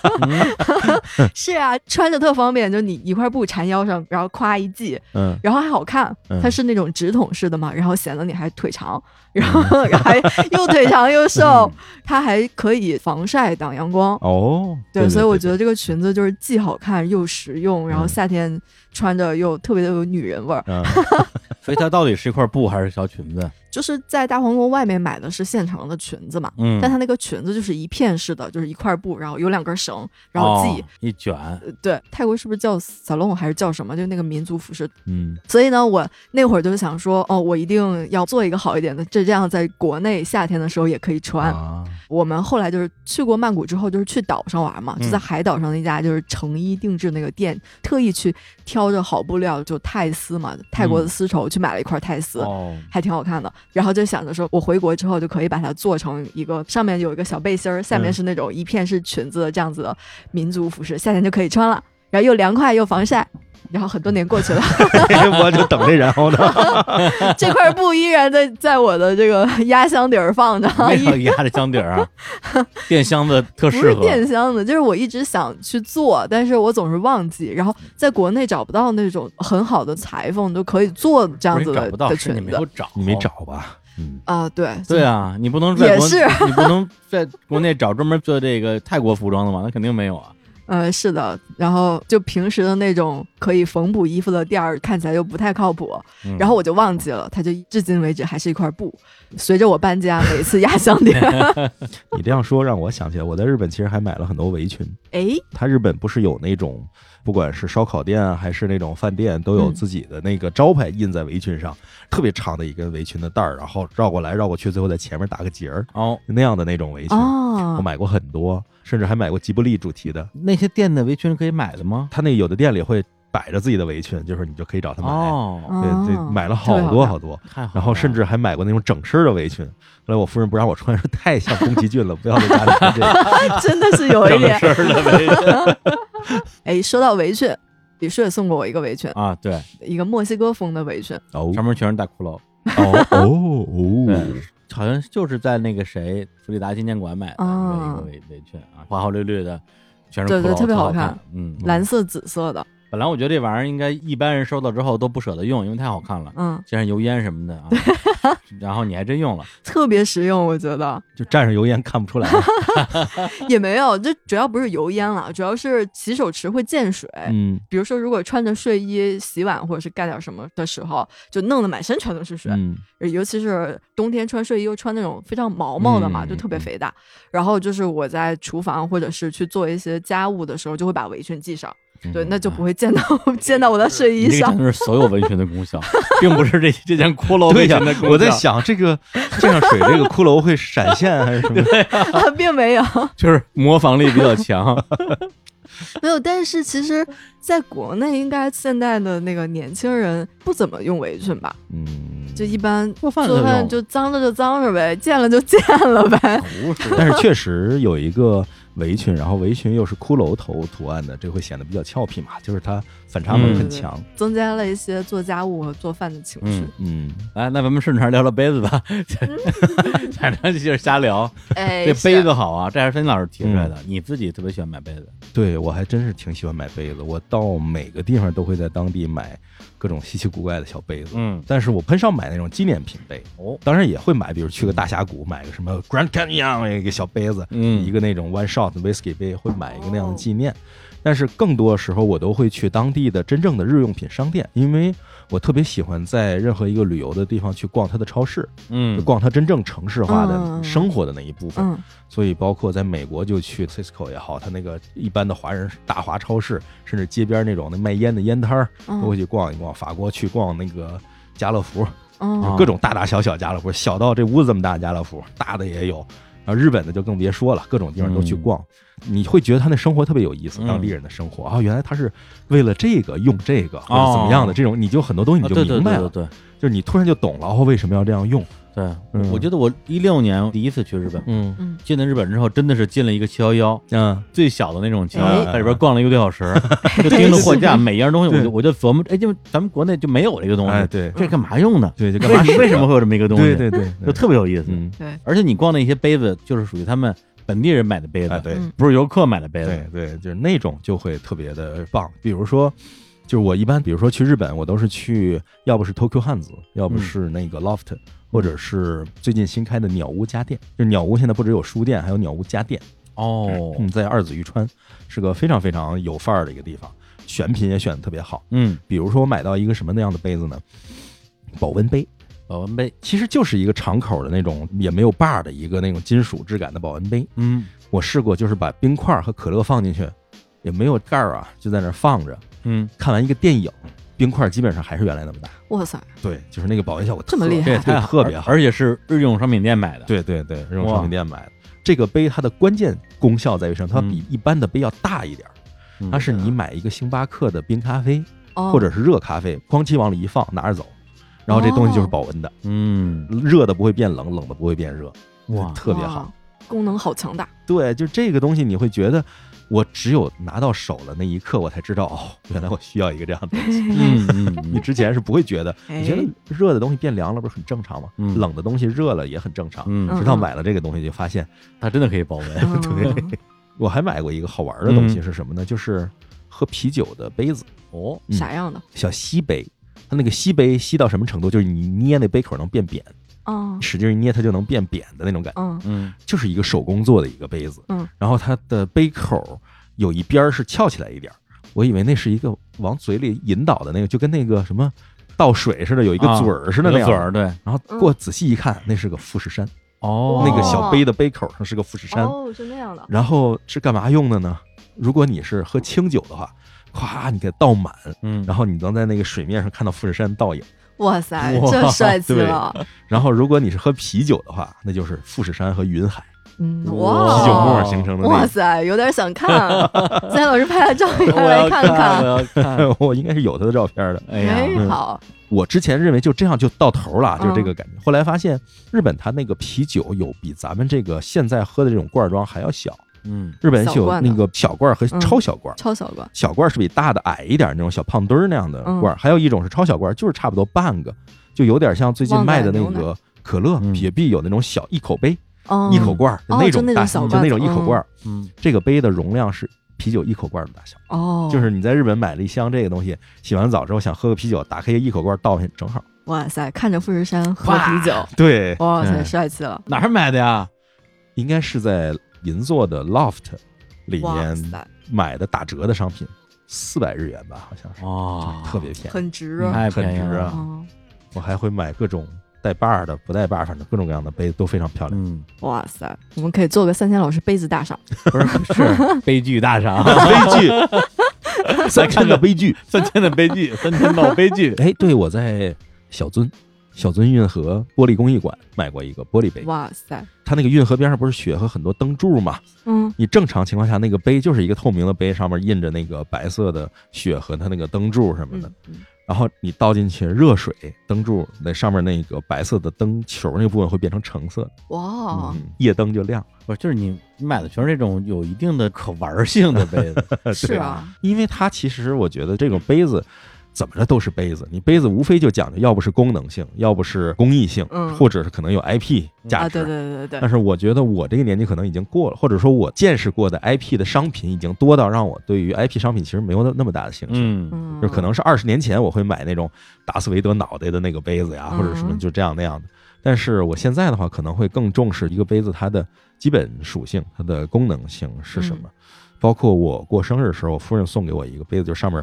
是啊，穿着特方便，就你一块布缠腰上，然后夸一系，嗯，然后还好看嗯，它是那种直筒式的嘛，然后显得你还腿长，然后还又腿长又瘦，它还可以防晒挡阳光。哦，对，所以我觉得，得这个裙子就是既好看又实用，然后嗯夏天穿着又特别的有女人味儿。嗯，所以它到底是一块布还是条裙子？就是在大皇宫外面买的是现成的裙子嘛，嗯但它那个裙子就是一片式的，就是一块布，然后有两根绳，然后系。哦一卷，呃对，泰国是不是叫小龙还是叫什么？就那个民族服饰。嗯，所以呢，我那会儿就想说，哦，我一定要做一个好一点的，这这样在国内夏天的时候也可以穿。啊，我们后来就是去过曼谷之后，就是去岛上玩嘛，嗯就在海岛上那家就是成衣定制那个店，特意去挑着好布料，就泰丝嘛，泰国的丝绸，去买了一块泰丝。嗯哦，还挺好看的，然后就想着说，我回国之后就可以把它做成一个上面有一个小背心儿，下面嗯是那种一片是裙子的这样子的民族服饰，夏天就可以穿了，然后又凉快又防晒，然后很多年过去了， 我就等这然后呢， 这块布依然在在我的这个压箱底儿放着， 没一有压着箱 底儿啊，电箱子特不适是合。电箱子，就是我一直想去做，但是我总是忘记，然后在国内找不到那种很好的裁缝都可以做这样不是子你找的不到，的是你裙没子有找，你没。找吧？嗯，啊，对 对，啊， 你不能在也国，是你不能在国内找专门做这个泰国服装的嘛？那肯定没有啊。呃，是的，然后就平时的那种可以缝补衣服的店儿，看起来就不太靠谱。嗯然后我就忘记了，它就至今为止还是一块布。随着我搬家，每次压箱 底，你这样说让我想起来，我在日本其实还买了很多围裙。 哎，它日本不是有那种，不管是烧烤店啊，还是那种饭店，都有嗯自己的那个招牌印在围裙上，特别长的一根围裙的带儿，然后绕过来绕过去，最后在前面打个结儿，哦，那样的那种围裙，我哦，买过很多，甚至还买过吉卜力主题的。那些店的围裙是可以买的吗？他那有的店里会摆着自己的围裙，就是你就可以找他买。哦，对对，哦买了特好别好多看好多，太好了，然 后甚至还买过那种整身儿的围裙。后来我夫人不让我穿，说太像宫崎骏了，不要在家里 穿这个。真的是有一点。身儿的围裙哎，说到围裙，李叔也送过我一个围裙，啊，对，一个墨西哥风的围裙。哦上面全是大骷髅，哦哦哦！对 好像就是在那个谁弗里达纪念馆买的那啊个围围裙啊，花花绿绿的，全对是骷对髅，特别好好看看。嗯，蓝色、紫色的，本来我觉得这玩意儿应该一般人收到之后都不舍得用，因为太好看 了，嗯，加上油烟什么的啊。然后你还真用了，特别实用，我觉得就蘸上油烟看不出来。 也没有，这主要不是油烟了，主要是洗手池会溅水。嗯，比如说，如果穿着睡衣洗碗或者是干点什么的时候，就弄得满身全都是水，嗯，尤其是冬天穿睡衣又穿那种非常毛毛的嘛，嗯就特别肥大。然后就是我在厨房或者是去做一些家务的时候，就会把围裙系上，嗯对，那就不会溅到 溅到我的睡衣你这个上真。的是所有围裙的功效， 并不是这这件骷髅对围裙呀的功效。我在想这个溅上水，这个骷髅会闪现还是什么？啊， 并没有，就是模仿力比较 强，没有。但是其实，在国内应该现在的那个年轻人不怎么用围裙吧，嗯，就一般做饭饭的时候就脏了就脏了呗，见了就见了呗。不是但是确实有一个围裙，然后围裙又是骷髅头图案的，这会显得比较俏皮嘛，就是它反差萌嗯很强。增加了一些做家务和做饭的情绪。嗯，来，哎那咱们顺茬聊聊杯子吧， 反正就是瞎聊。哎，这杯是子好啊，这还是芬老师提出来的。你自己特别喜欢买杯子，对我还真是挺喜欢买杯子，我到每个地方都会在当地买各种稀奇古怪的小杯子。嗯，但是我很少买那种纪念品杯，哦，当然也会买，比如去个大峡谷买个什么 Grand Canyon 一个小杯子，嗯一个那种 one shot whisky 杯，会买一个那样的纪念。但是更多时候，我都会去当地的真正的日用品商店，因为我特别喜欢在任何一个旅游的地方去逛它的超市，就嗯，逛它真正城市化的嗯生活的那一部分。嗯，所以包括在美国就去 Cisco 也好，它那个一般的华人大华超市，甚至街边那种那卖烟的烟摊儿，嗯都会去逛一逛。法国去逛那个家乐福，嗯啊各种大大小小家乐福，小到这屋子这么大的家乐福，大的也有。然后日本的就更别说了，各种地方都去逛，你会觉得他那生活特别有意思，嗯当地人的生活啊、原来他是为了这个用这个或者怎么样的，哦这种你就很多东西啊你就对对明白对了，对对就是你突然就懂了哦，为什么要这样用？对，嗯我觉得我一六年第一次去日本，嗯嗯进了日本之后，真的是进了一个七幺幺。嗯，最小的那种桥，哎在里边逛了一个多小 时，就盯着货架，每样东西我对就我就琢磨，哎，就咱们国内就没有这个东哎西，对这干嘛用的？对，就干为嘛什使么为什么会有这么一个东西？对对对，就特别有意思。嗯，对，而且你逛那些杯子，就是属于他们本地人买的杯哎子，对，嗯不是游客买的杯对子。对，就是那种就会特别的棒。比如说，就是我一般，比如说去日本，我都是去，要不是 Tokyo 汉子，要不嗯是那个 Loft，、或者是最近新开的鸟屋家电。就是鸟屋现在不只有书店，还有鸟屋家电。哦，嗯，在二子玉川是个非常非常有范儿的一个地方，选品也选的特别好。嗯，比如说我买到一个什么那样的杯子呢？保温杯，保温杯，其实就是一个敞口的那种，也没有把儿的一个那种金属质感的保温杯。嗯我试过，就是把冰块和可乐放进去，也没有盖儿啊，就在那儿放着。嗯，看完一个电影，冰块基本上还是原来那么大。哇塞，对，就是那个保温效果这么厉害这也太好特别好而而且是日用商品店买的。，对对对，这种哇商品店买的这个杯，它的关键功效在于什么？它嗯比一般的杯要大一点儿。嗯它是你买一个星巴克的冰咖啡哦，或者是热咖啡，哐叽往里一放，拿着走，然后这东西就是哦保温的，嗯，热的不会变冷，冷的不会变热，哇，特别好哇。，功能好强大。对，就这个东西，你会觉得我只有拿到手的那一刻，我才知道哦，原来我需要一个这样的 东西。嗯嗯你嗯之前是不会觉得，你觉得哎热的东西变凉了不是很正常吗？嗯冷的东西热了也很正常。嗯，嗯直到买了这个东西，就发现它真的可以保 温。嗯我还买过一个好玩的东嗯西是什么呢？就是喝啤酒的杯子，哦，嗯啥样的？小吸杯。它那个吸杯吸到什么程度？就是你捏那杯口能变扁，哦，使劲一捏它就能变扁的那种感觉。嗯嗯就是一个手工做的一个杯子，嗯，然后它的杯口有一边儿是翘起来一点儿，我以为那是一个往嘴里引导的那个，就跟那个什么倒水似的，有一个啊嘴儿似的有那样。嘴儿，对，然后过仔细一看，那是个富士山，哦那个小哦杯的杯口上是个富士山。哦，是那样的，然后是干嘛用的呢？如果你是喝清酒的话，咵，你给它倒满，嗯，然后你能在那个水面上看到富士山倒影。哇塞，哇这帅气对了，然后如果你是喝啤酒的话，那就是富士山和云海，嗯，哦啤酒沫哇儿，形成的哇那塞，有点想看，啊 三老师拍了照片 我来要看看，我看，要看，个， 我应该是有他的照片的。哎呀，哎，好，我之前认为就这样就到头了，啊嗯就是这个感觉。后来发现日本它那个啤酒有比咱们这个现在喝的这种罐装还要小，嗯，日本是小有罐的那个小罐儿和嗯超小罐儿，超小个，小罐儿是比大的矮一点儿那种小胖墩儿那样的嗯罐儿，还有一种是超小罐儿，就是差不多半个，就有点像最近旺仔卖的那牛个可乐嗯雪碧有那种小一口杯、哦，一口罐儿哦那就种那种大小小，就罐那子种一口嗯罐儿，嗯，这个杯的容量是啤酒一口罐儿的大小。哦，就是你在日本买了一箱这个东西，洗完澡之后想喝个啤酒，打开一口罐儿倒进去正好。哇塞，看着富士山喝啤酒，对，哇塞，嗯帅气了，哪儿买的呀？应该是在银座的 Loft 里哇面塞，买的打折的商品，四百日元吧，好像是，哦，特别便宜。很值嗯啊，太很便宜值了啊，嗯我还会买各种带把儿的、不带把儿，反正各种各样的杯子都非常漂亮。嗯，哇塞，我们可以做个三千老师杯子大赏，不是是 悲剧大赏， 悲剧， 三千的悲剧。，三千的悲剧，三千闹悲剧哎，对，我在小樽。小樽运河玻璃工艺馆买过一个玻璃杯，哇塞，它那个运河边上不是雪和很多灯柱嘛，嗯，你正常情况下，那个杯就是一个透明的杯，上面印着那个白色的雪和它那个灯柱什么的。嗯嗯然后你倒进去热水，灯柱那上面那个白色的灯球那部分会变成橙色的，哇，嗯，夜灯就亮。不是就是你你买的全是这种有一定的可玩性的杯子，嗯是啊，因为它其实我觉得这种杯子怎么着都是杯子，你杯子无非就讲究要不是功能性，要不是工艺性，嗯或者是可能有 IP 价啊，值。对对对对但对，是我觉得我这个年纪可能已经过了，或者说我见识过的 IP 的商品已经多到让我对于 IP 商品其实没有那么大的兴趣。嗯嗯，就可能是二十年前我会买那种达斯维德脑袋的那个杯子呀，嗯或者什么就这样那样的。但是我现在的话，可能会更重视一个杯子它的基本属性、它的功能性是嗯什么。包括我过生日的时候，我夫人送给我一个杯子，就上面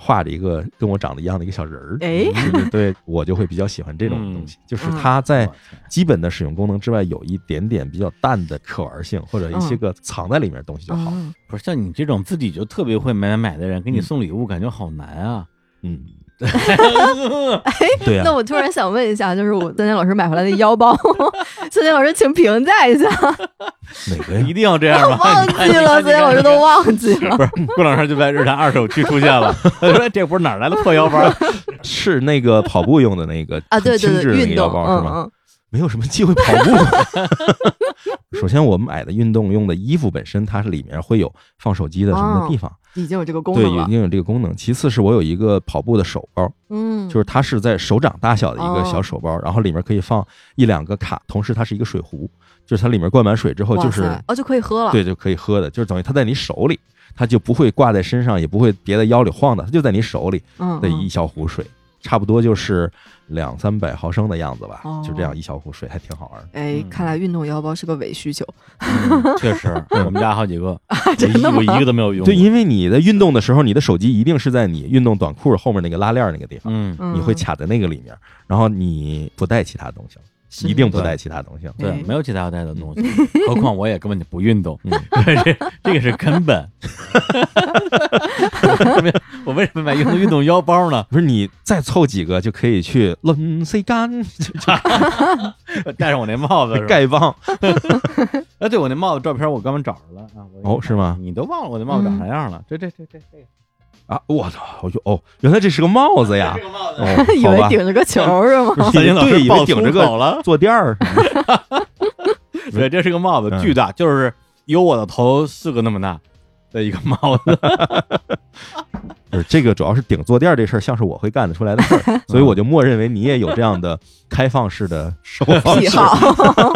画着一个跟我长得一样的一个小人儿。哎就是对我就会比较喜欢这种东西，就是嗯它在我天基本的使用功能之外，有一点点比较淡的可玩性，或者一些嗯个藏在里面的东西就好。嗯不是像你这种自己就特别会买买买的人，给你嗯送礼物感觉好难 啊。嗯，对呀、那我突然想问一下，就是我三千老师买回来的腰包， 三千老师请评价一下，哪个呀一？定要这 样吗？忘你记看你看了，你看三千老师都忘记了。不是，过两天就在日坛二手区出现了。 他说这不是哪儿来的破腰包？是那个跑步用的那个啊，对对很轻质对，的那个运腰动，包是嗯吗？嗯，没有什么机会跑步。 首先，我们买的运动用的衣服本身，它是里面会有放手机的什么的地方，已经有这个啊功对，能已了，经有这个功能。其次是我有一个跑步的手包，嗯，哦就是它是在手掌大小的一个小手包，然后里面可以放一两个卡，同时它是一个水壶，就是它里面灌满水之后哇就是塞哦就可以喝了，对，就可以喝的，就是等于它在你手里，它就不会挂在身上，也不会别在腰里晃的，它就在你手里。嗯，的嗯一小壶水，差不多就是两三百毫升的样子吧，哦就这样一小壶水还挺好玩的。哎，看来运动腰包是个伪需求，嗯确实，我们家好 几个，啊真的我吗一我一个都没有用过。对，因为你在运动的时候，你的手机一定是在你运动短裤后面那个拉链那个地方，嗯，嗯你会 卡在那个里面，然后你不带其他东西了，一定不带其他东西了。对哎，没有其他要带的东西，何况我也根本就不运动，嗯 这这个是根本。 我为我为什么买运动运动腰包呢？不是你再凑几个就可以去抡 C 杆戴上我那帽子是吧，丐帮哎，对我那帽子照片我刚刚找着了啊。我哦，是吗？你都忘了我那帽子长啥样了？这这这这这个啊，我操！我就哦，原来这是个帽子呀 这！个帽 子哦，以好为吧，顶着个球儿是吗？不是三星老对师以抱为顶粗着个口了，坐垫儿什么的，对，这是个帽子，嗯巨大，就是有我的头四个那么大的一个帽子。不是这个，主要是顶坐垫儿这事儿，像是我会干得出来的事儿，所以我就默认为你也有这样的开放式的 生 活方癖式。好，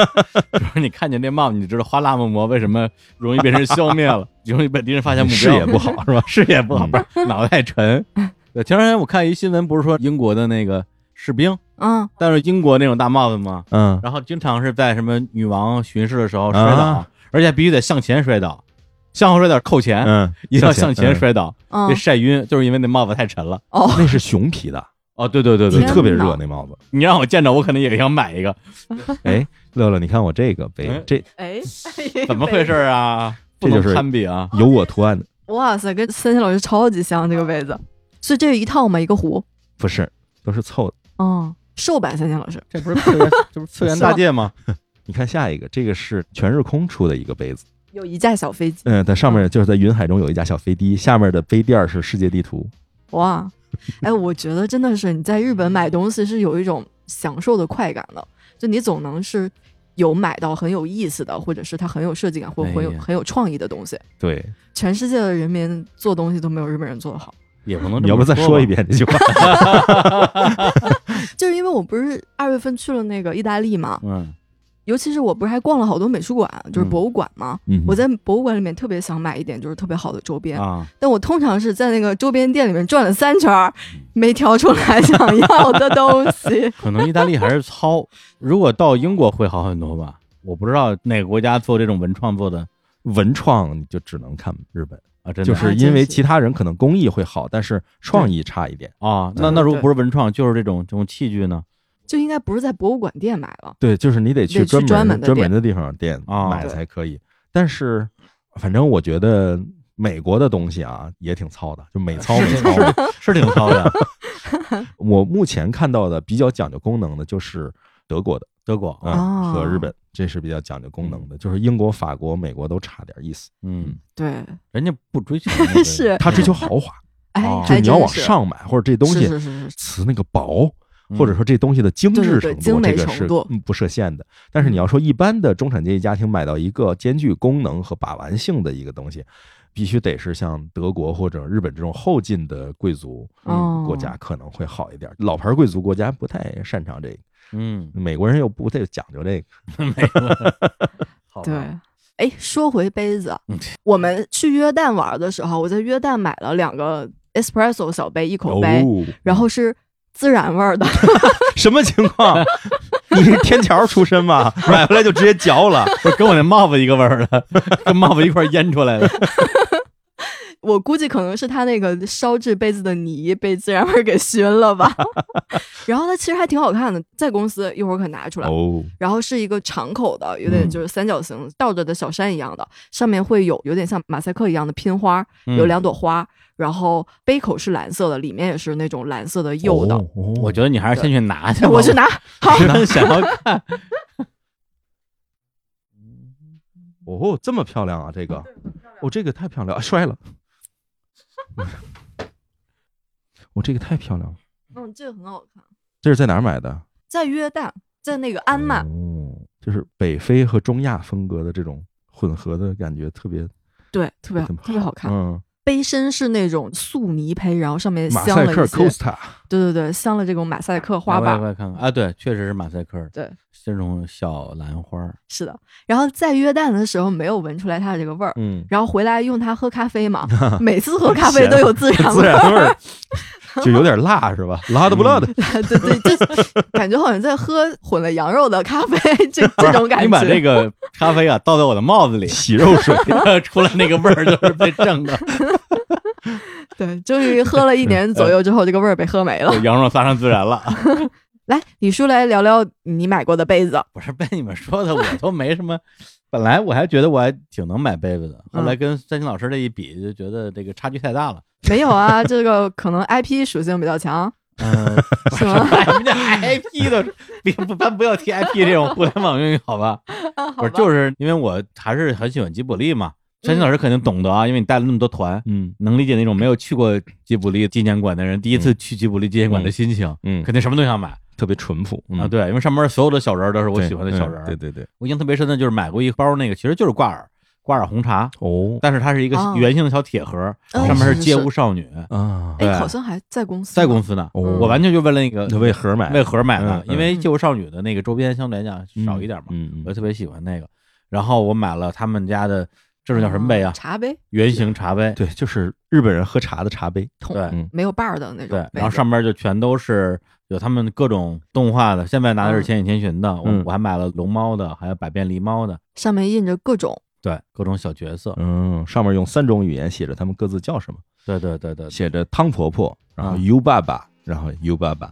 就是你看见这帽子，你就知道花剌木魔为什么容易被人消灭 了，容易被敌人发现目标，视野不好是吧？ 视野不好，嗯不是脑袋沉。对，前两天我看一新闻，不是说英国的那个士兵嗯，戴着英国那种大帽子吗？嗯，哦然后经常是在什么女王巡视的时候摔倒，啊而且必须得向前摔倒，向后摔倒扣钱，嗯，啊一定要向前摔倒，嗯别，晒晕，就是因为那帽子太沉了。嗯，那是熊皮的，哦，对对对就对，天特别哪热那帽子。你让我见着，我可能也想买一个，哎，乐乐，你看我这个哎杯，这哎，怎么回事？啊？不这能就是攀比啊！有我图案的， 哇塞，跟森森老师超级像这个杯子，所以这是一套吗？一个壶？不是，都是凑的。嗯，瘦版森森老师，这不是次元，这不是次 元大界吗？你看下一个，这个是全日空出的一个杯子，有一架小飞机，嗯，它上面就是在云海中有一架小飞机，下面的杯垫儿是世界地图，哇，哎，我觉得真的是你在日本买东西是有一种享受的快感的，就你总能是有买到很有意思的，或者是它很有设计感，或者很有哎呀很有创意的东西。对，全世界的人民做东西都没有日本人做的好，也哦不能你要不再说说一？遍 这句话？就是因为我不是二月份去了那个意大利嘛，嗯，尤其是我不是还逛了好多美术馆，就是博物馆嘛。嗯，我在博物馆里面特别想买一点就是特别好的周边，啊，。但我通常是在那个周边店里面转了三圈儿，没挑出来想要的东西可能意大利还 是糙，如果到英国会好很多吧。我不知道哪个国家做这种文创做的文创你就只能看日本，啊，真的就是还因真为是其他人可能工艺会好，但是创意差一点。啊。那对那如果对不是文创，就是这种这种器具呢？就应该不是在博物馆店买了。对，就是你得得去专专门门的的专门的地方店啊买对才可以。但是，反正我觉得美国的东西啊也挺糙的，就美糙美糙的。是挺 糙的，我目前看到的比较讲究功能的就是德国嗯的德国啊，啊哦和日本，这是比较讲究功能的。就是英国、法国、美国都差点意思，嗯，对，人家不追求那 个是他追求豪华，哎，哦就还是你要真往是上买，或者这东是西是是是，瓷那个薄，嗯或者说这东西的精致对程对对度，精美这个程是度嗯嗯不设限的。但是你要说一般的中产阶级家庭买到一个兼具功能和把玩性的一个东西，必须得是像德国或者日本这种后进的贵族哦国嗯家可能会好一点，老牌贵族国家不太擅长这个，嗯，美国人又不太讲究这个。美国好吧对。哎，说回杯子嗯，我们去约旦玩的时候，我在约旦买了两个 espresso 小杯，一口杯，哦，然后是孜然味儿的， 什么情况？ 你是天桥出身吗？买回来就直接 嚼了？不是跟我那帽子一个味儿的， 跟帽子一块儿腌出 来的。我估计可能是他那个烧制杯子的泥被孜然味儿给熏了吧。 然后它其实还挺好看的，在公司一会儿可拿出来。哦，然后是一个长口的，有嗯点就是三角形、倒着的小山一样的，上面会有有点像马赛克一样的拼花，嗯有两朵花，然后杯口是蓝色的，里面也是那种蓝色的釉的。哦，我我觉得你还是先去拿去哎吧。我 去拿，好，想要看，哦，这么漂亮啊，这个，哦，这个太漂亮，啊摔 了，我、哦这个太漂亮了，嗯，这个很好看，这是在哪儿买的？在约旦，在那个安曼，哦，就是北非和中亚风格的这种混合的感觉，特别对，特别特特别好看。嗯，杯身是那种素泥胚，然后上面马镶赛了克一些， Costa，对对对，镶了这种马赛克花吧，瓣。快看看啊！对，确实是马赛克儿，对，这种小兰花儿。是的。然后在约旦的时候没有闻出来它的这个味儿， 嗯，然后回来用它喝咖啡 嘛，每次喝咖啡都有孜然孜味儿。然味儿，就有点辣是吧？辣的不辣的，，对对，这感觉好像在喝混了羊肉的咖啡，这这种感觉。你把这个咖啡啊倒在我的帽子里 洗肉水，啊出来那个味儿就是被正 的。对，终于喝了一年左右之后，这个味儿被喝没了对。羊肉撒上孜然了， 来，李叔来聊聊你买过的杯子。不是被你们说的，我都没什么。本来我还觉得我还挺能买杯子的，后嗯来跟三星老师这一比，就觉得这个差距太大了。 没有啊，这个可能 IP 属性比较强，嗯，是吗？ 哎你这 IP 都是别不咱不要提 IP 这种互联网用语，好吧？不不是，就是因为我还是很喜欢吉卜力嘛。山青老师肯定懂得啊，因为你带了那么多团，嗯能理解那种没有去过吉卜力纪念馆的人，第一次去吉卜力纪念馆的心情，嗯，肯定什么都想买特别淳朴啊。，对，因为上面所有的小人儿都是我喜欢的小人嗯儿。对对对，我印象特别深的就是买过一包那个，其实就是挂耳挂耳红茶，哦但是它是一个哦圆形的小铁盒，嗯上面是是是街是舞少女，啊，对哎，好像还在公司，在公司，司呢。哦我完全就为了那个那为盒买，为盒买的，嗯嗯因为街舞少女的那个周边相对来讲少一点嘛，嗯嗯我就特别喜欢那个。然后我买了他们家的，这是叫什么杯啊？嗯茶杯圆形茶杯。对，就是日本人喝茶的茶杯，桶对，嗯没有把儿的那种对杯，子。然后上面就全都是有他们各种动画的，现在拿的是《嗯千与千寻》的，我嗯我还买了龙猫的，还有百变狸猫的，上面印着各种对各种小角色，嗯，上面用三种语言写着他们各自叫什么，对对对对，对写着汤婆婆，然后啊 U 爸爸，然后 U 爸爸，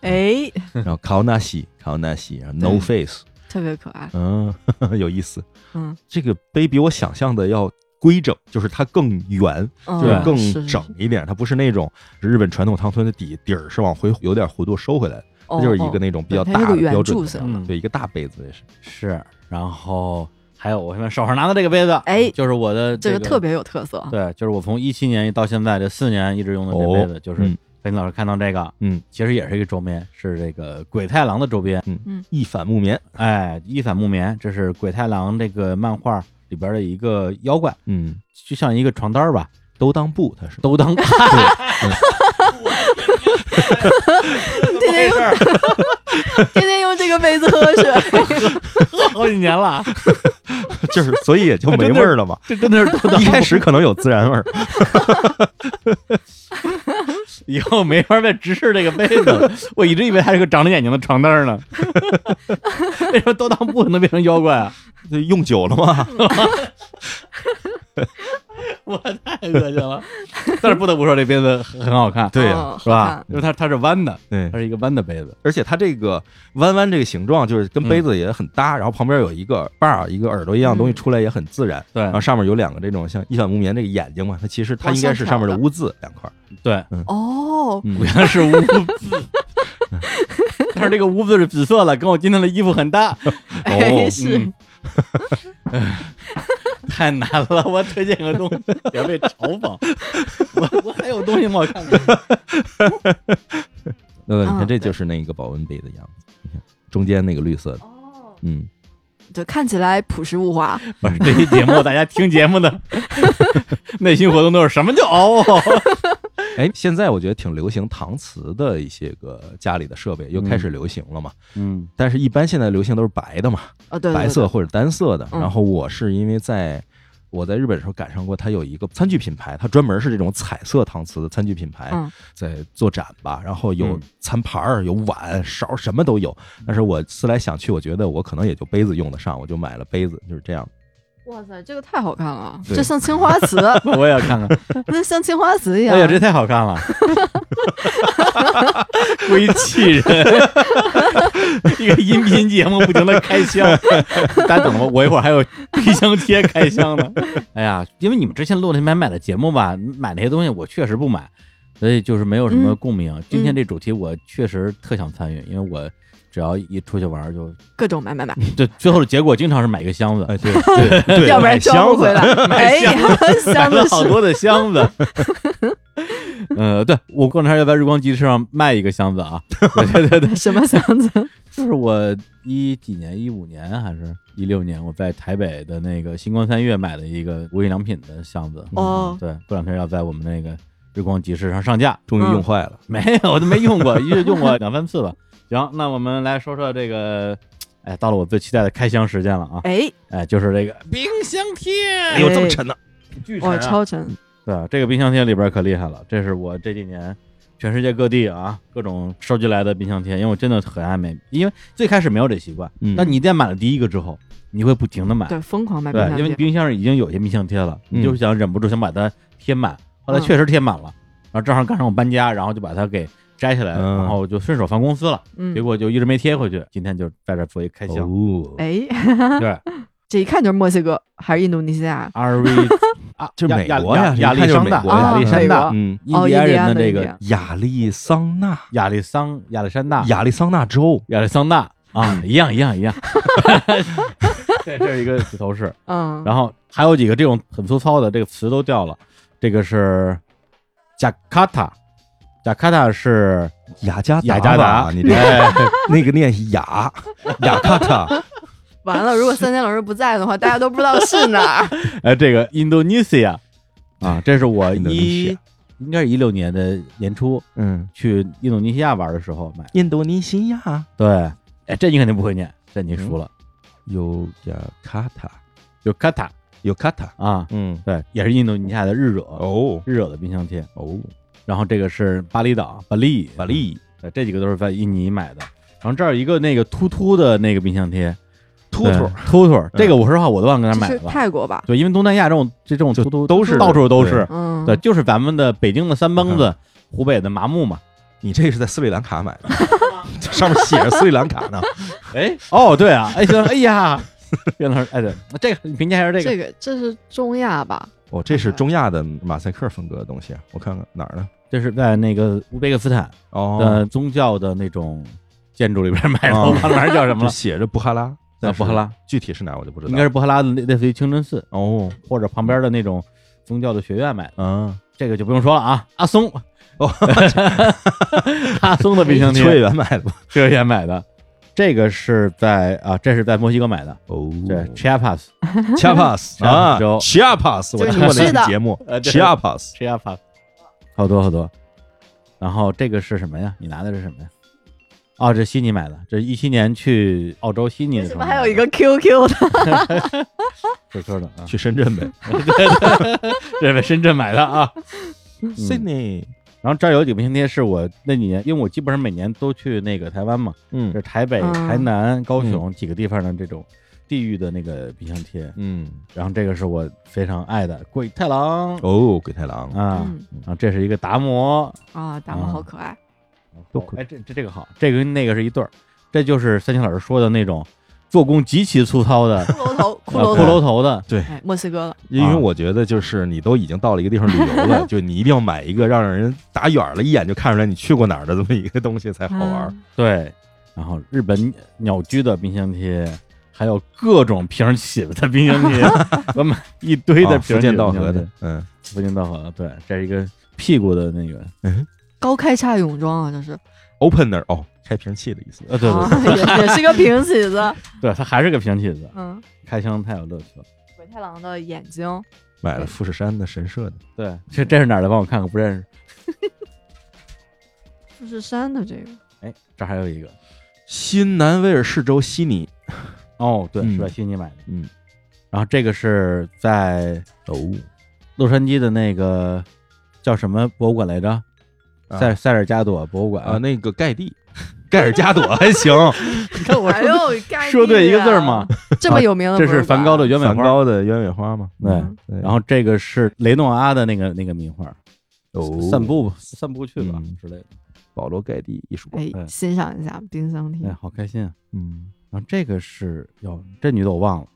嗯哎，然后考纳西，考纳西，然后 No 对 Face，特别可爱。嗯， 有意思。嗯，这个杯比我想象的要规整，就是它更圆，嗯就是对是更是整一点，它不是那种日本传统汤村的底底儿是往回有点弧度收回来的，哦它就是一个哦那种比较对它是大的个圆标准柱的形的嗯对，一个大杯子也是。是，然后还有我现在手上拿的这个杯子，哎就是我的这个个特别有特色。对，就是我从一七年到现在这四年一直用的这杯子，就是嗯跟你老师看到这个，嗯，其实也是一个周边，是这个鬼太郎的周边，一反木棉，哎，一反木棉，这是鬼太郎这个漫画里边的一个妖怪，嗯，就像一个床单儿吧，都当布，它是 都当天天用，天 天用这个杯子喝 水。 好几年 了，就是，所以 也就没味儿了嘛。 这真的是都当一开始可能有孜然味儿，以后没法再直视这个杯子，我一直以为它是个长着眼睛的床单儿呢， 为什么都当布能变成妖怪啊？就用久 了嘛。 我太恶心了，但是不得不说这杯子很很好看，对呀哦是吧？？因为它它是弯的，对它，是一个弯的杯子，而且它这个弯弯这个形状，就是跟杯子也很搭，然后旁边有一个把儿，一个耳朵一样的东西嗯出来也很自然。对然后上面有两个这种像一反木棉这个眼睛嘛，它其实它往应该上是挑上面的的污渍两块儿。对，哦，嗯原来是污 渍，但是这个污渍是紫色的，跟我今天的衣服很 搭，哎是哦嗯， 太难了，我推荐个东 西，别被嘲讽， 我我还有东西吗？我 看看，呃，你看啊这就是那个保温杯的样子，你看中间那个绿色的，哦，嗯，对，看起来朴实无华。不是这期节目，大家听节目 的内心活动都是什么叫哦？哎，现在我觉得挺流行搪瓷的一些个家里的设备又开始流行了嘛，嗯但是一般现在流行都是白的嘛，哦，对，对白色，或者单色的。嗯然后我是因为在我在日本的时候赶上过，它有一个餐具品牌，它专门是这种彩色搪瓷的餐具品牌嗯在做展吧，然后有嗯餐盘儿、有碗、勺，什么都有。但是我思来想去，我觉得我可能也就杯子用得上，我就买了杯子，就是这样。对哇塞，这个太好看了，对这像青花瓷， 我也要看看，那像青花瓷一样。哎呀，这太好 看了，故意气人， 一个音频节目不停的开 箱，大家等着我，我一会儿还有冰箱贴开箱呢。 哎呀，因为你们之前录那买买的节目吧，买那些东西我确实不买，所以就是没有什么共鸣。今天这主题我确实特想参与，因为我。只要一出去玩儿 就，各种买买买，就最后的结果经常是买一个箱子，哎， 对对对，要不然买装箱不子回来。哎呀，买箱了子好是多的箱 子。 呃，对我过两天要在日光集市上卖一个箱子 啊，对对对对，什么箱子？就是我一几年，一五年还是一六年，我在台北的那个星光三月买的一个无印良品的箱子，嗯哦，对，过两天要在我们那个日光集市上上架，终于嗯用坏了，没有，我都没用过，一直用过两三次吧。行，那我们来说说这个，哎，到了我最期待的开箱时间了啊， 哎，哎，就是这个冰箱贴，哎呦，这么沉呢、巨哇，沉啊超沉，对啊，这个冰箱贴里边可厉害了，这是我这几年全世界各地啊各种收集来的冰箱贴，因为我真的很爱买，因为最开始没有这习惯，嗯但你一旦买了第一个之后，你会不停的买，对，疯狂买冰对，箱因为贴你。冰箱里已经有些冰箱贴了，嗯你就是想忍不住想把它贴满，后来嗯确实贴满了，然后正好赶上我搬家，然后就把它给摘下来，嗯然后就顺手放公司了，嗯结，果就一直没贴回去，今天就在这儿做一开箱，哦，哎， 对这一看就是墨西哥还是印度尼西亚？ ，RV 啊，这亚美亚国亚呀，亚这历一看就是山美大，国啊亚历山美大国，嗯，印哦，第印安第人安的这印第个安亚利桑那，亚利桑亚历山大亚利桑那州，亚利桑那 啊，一样一样一样。对，这是一个指头饰，嗯，然后还有几个这种很粗糙的，这个词都掉了。这个是贾卡塔，贾卡塔是雅加雅加达吧，你这个 哎那个念雅 雅卡塔，完 了，如果三千老师不在的话，大家都不知道是哪 儿。哎，这个 Indonesia 啊，这是我 Indonesia 一应该是一六年的年初嗯，去印度尼西亚玩的时候买的。印度尼西亚对，哎，这你肯定不会念，这你熟了，有雅卡塔，嗯就卡塔有卡塔，啊，嗯，对，也是印度尼西亚的日惹，哦日惹的冰箱贴。哦，然后这个是巴厘岛，巴厘，巴利对，这几个都是在印尼买的。然后这儿有一个那个突突的那个冰箱贴，秃对秃，嗯秃秃，这个我说实话我都忘给他买是了。泰国吧？对，因为东南亚这种这种就秃秃都是到处都是，嗯，对，就是咱们的北京的三蹦子，湖北的麻木嘛。你这个是在斯里兰卡买的，这上面写着斯里兰卡呢。哎，哦，对啊，哎，哎呀， 原来是哎对，这个你评价一下这个这个这是中亚吧？哦，这是中亚的马赛克风格的东西，啊我看看哪儿呢？这是在那个乌兹别克斯坦哦，的宗教的那种建筑里边买的，哦我忘了叫什么就 了，写着布哈拉，但是呃布哈拉具体是哪儿我就不知道。应该是布哈拉的类类似于清真寺哦，或者旁边的那种宗教的学院买的，嗯，这个就不用说了啊。阿松，哦， 阿松的冰 箱秋叶贴，原买的吧？秋叶原买的，这个是在啊，这是在墨西哥买的，哦，对，Chiapas， ，Chiapas 啊州，Chiapas，我就是听你过那去个的节目呃对，Chiapas， Chiapas，好多好多。然后这个是什么呀？你拿的是什么呀？哦，这悉尼买的，这一七年去澳洲悉尼的为时什候么买的，还有一个 QQ 的？ Q Q 的啊？ 去深圳呗这是在深圳买的啊。 ，Sydney，然后这儿有几个明信贴是我那几年，因为我基本上每年都去那个台湾嘛，嗯就是台北、嗯台南、高雄几个地方的这种地域的那个冰箱贴。嗯，然后这个是我非常爱的鬼太郎哦，鬼太郎，啊，嗯然后这是一个达摩，啊，大猫好可爱。都可以哎，这这这个好，这个跟那个是一对儿，这就是三星老师说的那种做工极其粗糙的骷髅头，骷呃髅骷头，髅头的，对，哎，墨西哥了，因为啊我觉得就是你都已经到了一个地方旅游了，就你一定要买一个让人打远了一眼就看出来你去过哪儿的这么一个东西才好玩儿。啊嗯对。然后日本鸟居的冰箱贴，还有各种瓶儿起子的冰箱 贴，我买一堆的啊瓶福儿起建的道冰箱河贴的，，嗯，福建道河，对，这是一个屁股的那个，高开叉泳装啊，这是， opener 哦，开瓶器的意思。呃，对对啊对，也也 是个平起子。对，它还是个平起子，嗯，开箱太有乐趣了。鬼太郎的眼睛，买了富士山的神社的，对，这这是哪儿的？帮我看看，不认识。富士山的这个，哎，这还有一个，新南威尔士州悉尼，哦，对，嗯是在悉尼买的，嗯，然后这个是在哦，洛杉矶的那个叫什么博物馆来着？啊塞塞尔加朵博物馆啊，，那个盖蒂， 盖尔加朵还行，看我哎说呦，盖说对蒂一个字儿啊嘛？，啊这么有名的博这物馆，是梵高的原版梵画，高的鸢尾花嘛。对。嗯对然后这个是雷诺阿的那个那个名画，哦，散步散步去吧嗯之类的，保罗盖蒂艺术馆，哎对，欣赏一下冰箱贴哎，，好开心啊！嗯， 然后这个是哟，这女的我忘了，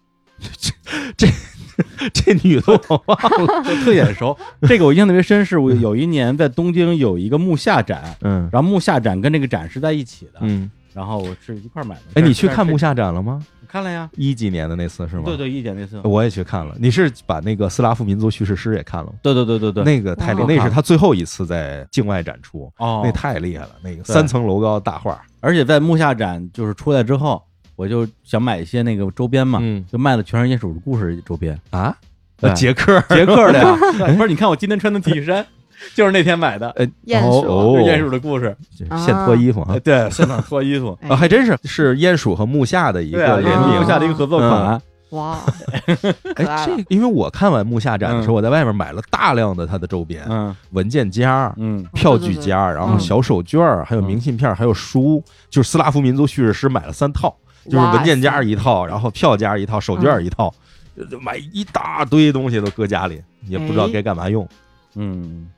这女的我忘 了，就特眼熟。这个我印象特别深，是我有一年在东京有一个木下展，嗯然后木下展跟这个展是在一起的，嗯，然后我是一块儿买的。哎，你但是去看木？但是下展了吗？这看了呀，一几年的那次是哦吗？对对，一点那次，我也去看了。你是把那个斯拉夫民族叙事诗也看了吗？对对对对对，那个太厉哇那是他最后一次在境外展出，哦，那太厉害了。那个对三层楼高大画，而且在木下展就是出来之后，我就想买一些那个周边嘛，嗯就卖了《全世界鼠的故事》周 边，啊，对呃捷克 杰克的呀。对 不是，你看我今天穿的 T 恤衫，就是那天买的，呃鼹鼠就哦是《鼹鼠的故事 这现脱衣 服》啊哎，对，现场脱衣服，哎啊，还真是是鼹鼠和木下的一对啊，个也联是名嗯木。下的一个合作款， 哇，可爱哎，了这个嗯因为我看完木下展的时候，我在外面买了大量的他的周边，嗯文件夹、嗯，票据夹，然后嗯小手绢儿，还有明信片儿，还有书，就是斯拉夫民族叙事诗买了三套，就是哇文件夹塞一套，然后票夹一套，手绢儿一套，呃买一大堆东西都搁家里，也不知道哎该干嘛用。嗯，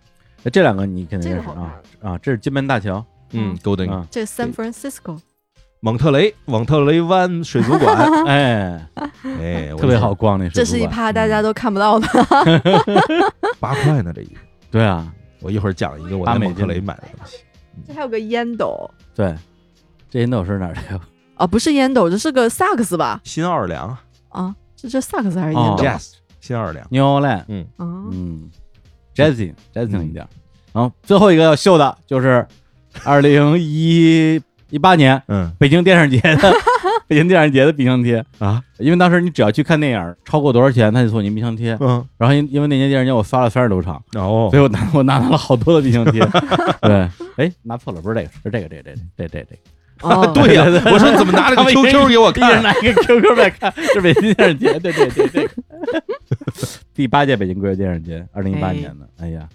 那这两个你肯定认识这个好啊啊！这是金门大桥嗯，Golden 啊，这 San Francisco 蒙特雷蒙特雷湾水 族馆，哎，哎，我特别这好，逛那啊这水族是一馆。趴大家都看不到的，八块呢这一个。对啊，我一会儿讲一个我八在美蒙特雷金买的东西， 这还有个烟斗对，这烟斗是哪儿的 呀？啊，不是烟斗，这是个萨克斯吧？新奥尔良啊啊，这这萨克斯还是烟哦斗 Jazz，新奥尔良， New Orleans，啊？嗯，Jazzy Jazzy 一点儿。然后最后一个要秀的就是二零一一八年嗯北京电视节 的北京电视节的冰箱贴，啊，因为当时你只要去看电影，超过多少钱他就送你冰箱贴。嗯，然后因因为那年电视节我刷了三十多场，然后所以我拿 我拿到了好多的冰箱 贴。对，哎，拿错了，不是这个，是这个，这个，这个，这个这个这个。 哦对 呀对对，对我说你怎么拿了个他们一人 QQ 给我一人看？拿一个 QQ 在看，是北京电视节，对对对对。 第八届北京国际电视节，二零一八哎年的，哎呀，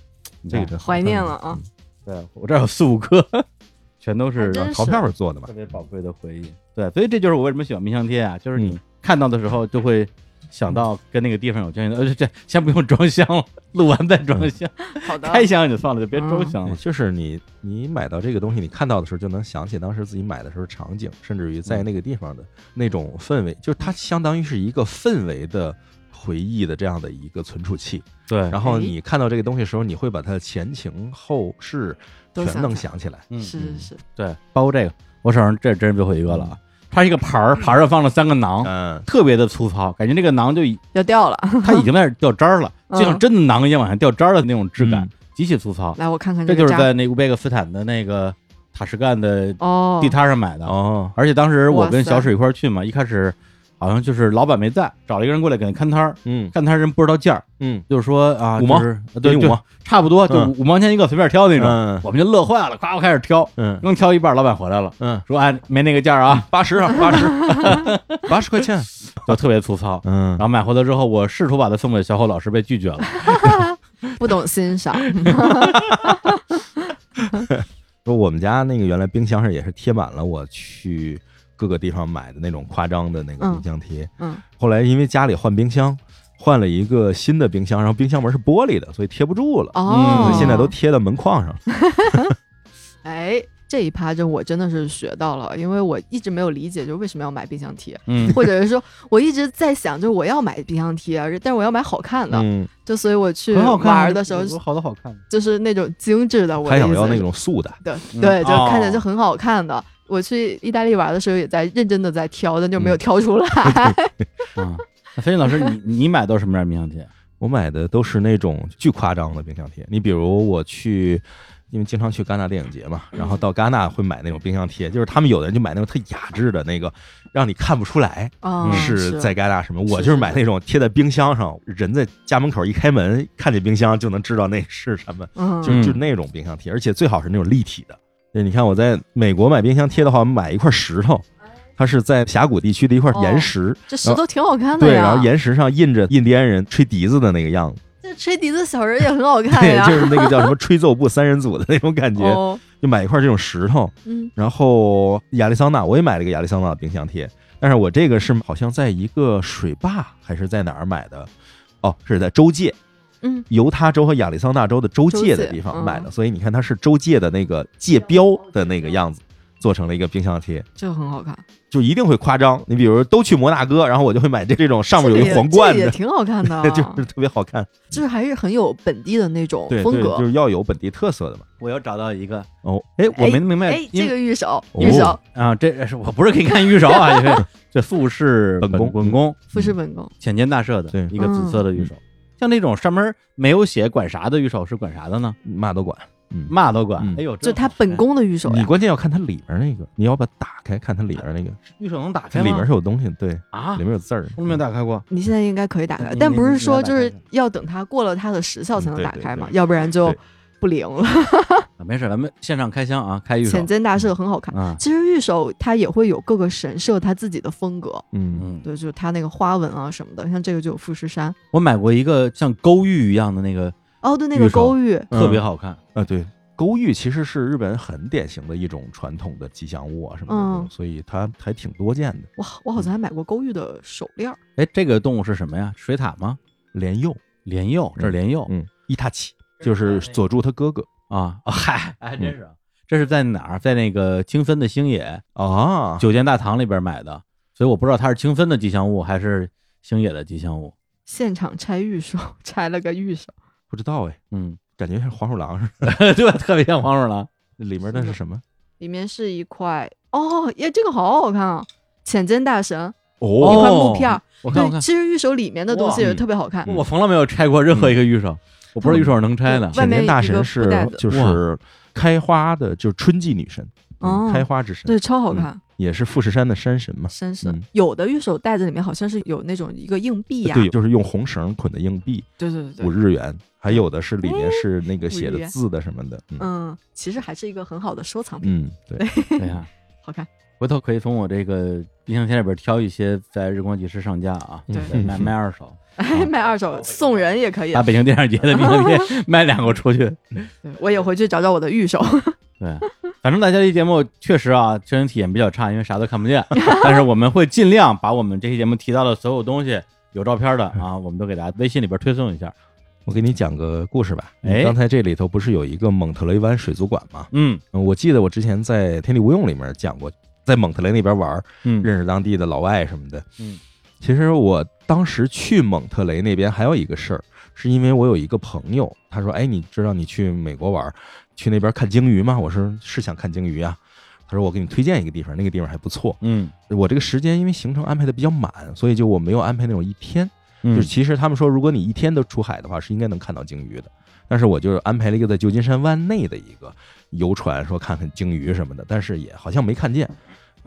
你这个看真好嗯怀念了啊！对我这儿有四五个， 全都是哦还真特是陶片儿做的嘛，别宝贵的回忆。对，所以这就是我为什么喜欢冰箱贴啊，就是你嗯看到的时候就会想到跟那个地方有关系的。呃，这先不用装箱了，录完再嗯装箱，好的，嗯开箱就算了，就别装箱对了。啊就是你你买到这个东西，你看到的时候就能想起当时自己买的时候场景，甚至于在嗯那个地方的那种氛围，就是它相当于是一个氛围的回忆的这样的一个存储器。对，然然后哎你看到这个东西的时候，你会把它的前情后事都全想能起来想起来。嗯，是是是，对，包括这个，我手上这真就会一个了啊。它是一个盘儿，盘儿上放了三个囊，嗯，特别的粗糙，感觉这个囊 就已要掉 了。它已经在那儿掉渣儿了，就嗯像真的囊一样往下掉渣儿的那种质感嗯，极其粗糙。来，我看看这就个是渣在那乌贝克斯坦的那个塔什干的哦地摊上买的，哦，而且当时我跟哇塞小史一块儿去嘛，一开始好像就是老板没在，找了一个人过来给他看摊儿，嗯看摊儿人不知道价儿，嗯，就是说啊，五毛就是，呃给对，你五就毛，差不多就嗯五五毛钱一个，随便挑那种，嗯我们就乐坏了，夸我开始挑，嗯刚挑一半，老板回来了， 嗯，说哎没那个价儿啊，八十啊，八十，八十块 钱。就特别粗糙。嗯然，后买回来之后，我试图把它送给小侯老师，被拒绝了。不懂欣赏，说我们家那个原来冰箱上也是贴满了我去各个地方买的那种夸张的那个冰箱贴。 嗯，后来因为家里换冰箱，换了一个新的冰箱，然后冰箱门是玻璃的，所以贴不住了，哦嗯所，以现在都贴到门框上了。哎。这一趴就我真的是学到了，因为我一直没有理解，就为什么要买冰箱贴，嗯，或者是 说我一直在想，就我要买冰箱贴，啊但是我要买好看的，嗯，就所以我去很好看啊，玩的时候有好多好看的。就是那种精致的，我的还意想思要那是种素的。对嗯对，就是看着哦就很好看的。我去意大利玩的时候也在认真的在挑，但就嗯没有挑出 来。啊，那飞云老师，你你买到什么样的冰箱贴？我买的都是那种巨夸张的冰箱贴。你比如我去，因为经常去戛纳电影节嘛，然后到戛纳会买那种冰箱贴，就是他们有的人就买那种特雅致的那个，让你看不出来哦是在戛纳什么。是我就是买那种贴在冰箱上，人在家门口一开门看见冰箱就能知道那是什么，嗯，就就那种冰箱贴，而且最好是那种立体的。对，你看我在美国买冰箱贴的话，我买一块石头，它是在峡谷地区的一块岩石，这石头挺好看哦的对，呀。然后岩石上印着印第安人吹笛子的那个样子。这吹笛子小人也很 好看对，哎呀。就是那个叫什么吹奏部三人组的那种感觉，哦，就买一块这种石头。嗯，然后亚利桑那，我也买了一个亚利桑那的冰箱贴，但是我这个是好像在一个水坝还是在哪儿买的，哦，是在州界，嗯，犹他州和亚利桑那州的州界的地州界方嗯买的，所以你看它是州界的那个界标的那个样子，做成了一个冰箱贴。这个很好看。就一定会夸张，你比如都去摩纳哥，然后我就会买这这种上面有这个一也皇冠这个也的，，挺好啊看的 就是特别好看。就是还是很有本地的那种对风对，格就。是要有本地特色的嘛。我又找到一个，哦，哎，我哎没明白，哎，这因为个玉手，哦玉手，啊，这是我不是可以看玉手啊，因为这富士本宫本宫富士本宫。浅间大社的对一个紫色的玉手。像那种上面没有写管啥的玉手是管啥的呢？嘛都管，嗯，嘛都管。嗯哎呦，就它它本宫的玉手你呀，关键要看它里面那个，你要把它打开看它里面那个，玉手能打开它吗里面是有东西，对，里啊，面有字儿。我没有打开过。你现在应该可以打开你，但不你是你说给它就打开是要等它过了它的时效才嗯能对打对开嘛，对要不然就对不灵了。啊没事，咱们现场开箱啊，开玉手浅间大社很好看。啊，其实玉手它也会有各个神社它自己的风格，嗯，嗯，对，就是它那个花纹啊什么的，像这个就有富士山，我买过一个像勾玉一样的那个，哦，对，那个玉手勾玉，嗯特别好看。啊对，勾玉其实是日本很典型的一种传统的吉祥物啊什么的那种，嗯所以它还挺多见的。哇，我好像还买过勾玉的手链儿，哎，这个动物是什么呀？水獭吗？莲佑，莲幼，这是莲幼嗯，伊塔奇嗯就是佐助他哥哥啊。啊嗨，还真是啊。这是在哪儿？在那个清芬的星野啊，九间大堂里边买的，所以我不知道它是清芬的吉祥物还是星野的吉祥物。现场拆玉手， 拆了个玉手，不知道哎，嗯， 感觉像黄鼠狼似的，对，特别像黄鼠狼。里面那是什么？里面是一块，哦，耶，这个好好看啊，浅间大神一哦块木片儿，我看我对，看，其实玉手里面的东西哇也特别好看，我从来没有拆过任何一个玉嗯手，我不知道玉手能拆的嗯。浅外面间大一个神布是袋子就是开花的，就是春季女神，嗯哦开花之神对，，超好嗯看，也是富士山的山神嘛。真是嗯呃有的玉手袋子里面好像是有那种一个硬币呀，对，就是用红绳捆的硬币，对对对五对，日元，还有的是里面是那个写五日的元字的什么的，嗯嗯，其实还是一个很好的收藏品，嗯， 对对，哎呀，嗯好看。回头可以从我这个冰箱贴里边挑一些，在日光集市上架啊，对再卖卖二手，啊哎， 卖二手送人也可以把。北京电影节的冰箱贴卖两个出去。 对我也回去找找我的玉手。 对，反正大家这期节目确实啊，真人体验比较差，因为啥都看不见。但是我们会尽量把我们这期节目提到的所有东西，有照片的啊，我们都给大家微信里边推送一下。我给你讲个故事吧。哎刚才这里头不是有一个蒙特雷湾水族馆吗？嗯嗯我记得我之前在《天地无用》里面讲过，在蒙特雷那边玩，嗯认识当地的老外什么的。嗯，其实我当时去蒙特雷那边还有一个事儿，是因为我有一个朋友，他说：“哎，你知道你去美国玩，去那边看鲸鱼吗？”我说：“是想看鲸鱼啊。”他说：“我给你推荐一个地方，那个地方还不错。嗯”我这个时间因为行程安排的比较满，所以就我没有安排那种一天。嗯，就是其实他们说，如果你一天都出海的话，是应该能看到鲸鱼的。但是我就安排了一个在旧金山湾内的一个游船，说看看鲸鱼什么的，但是也好像没看见。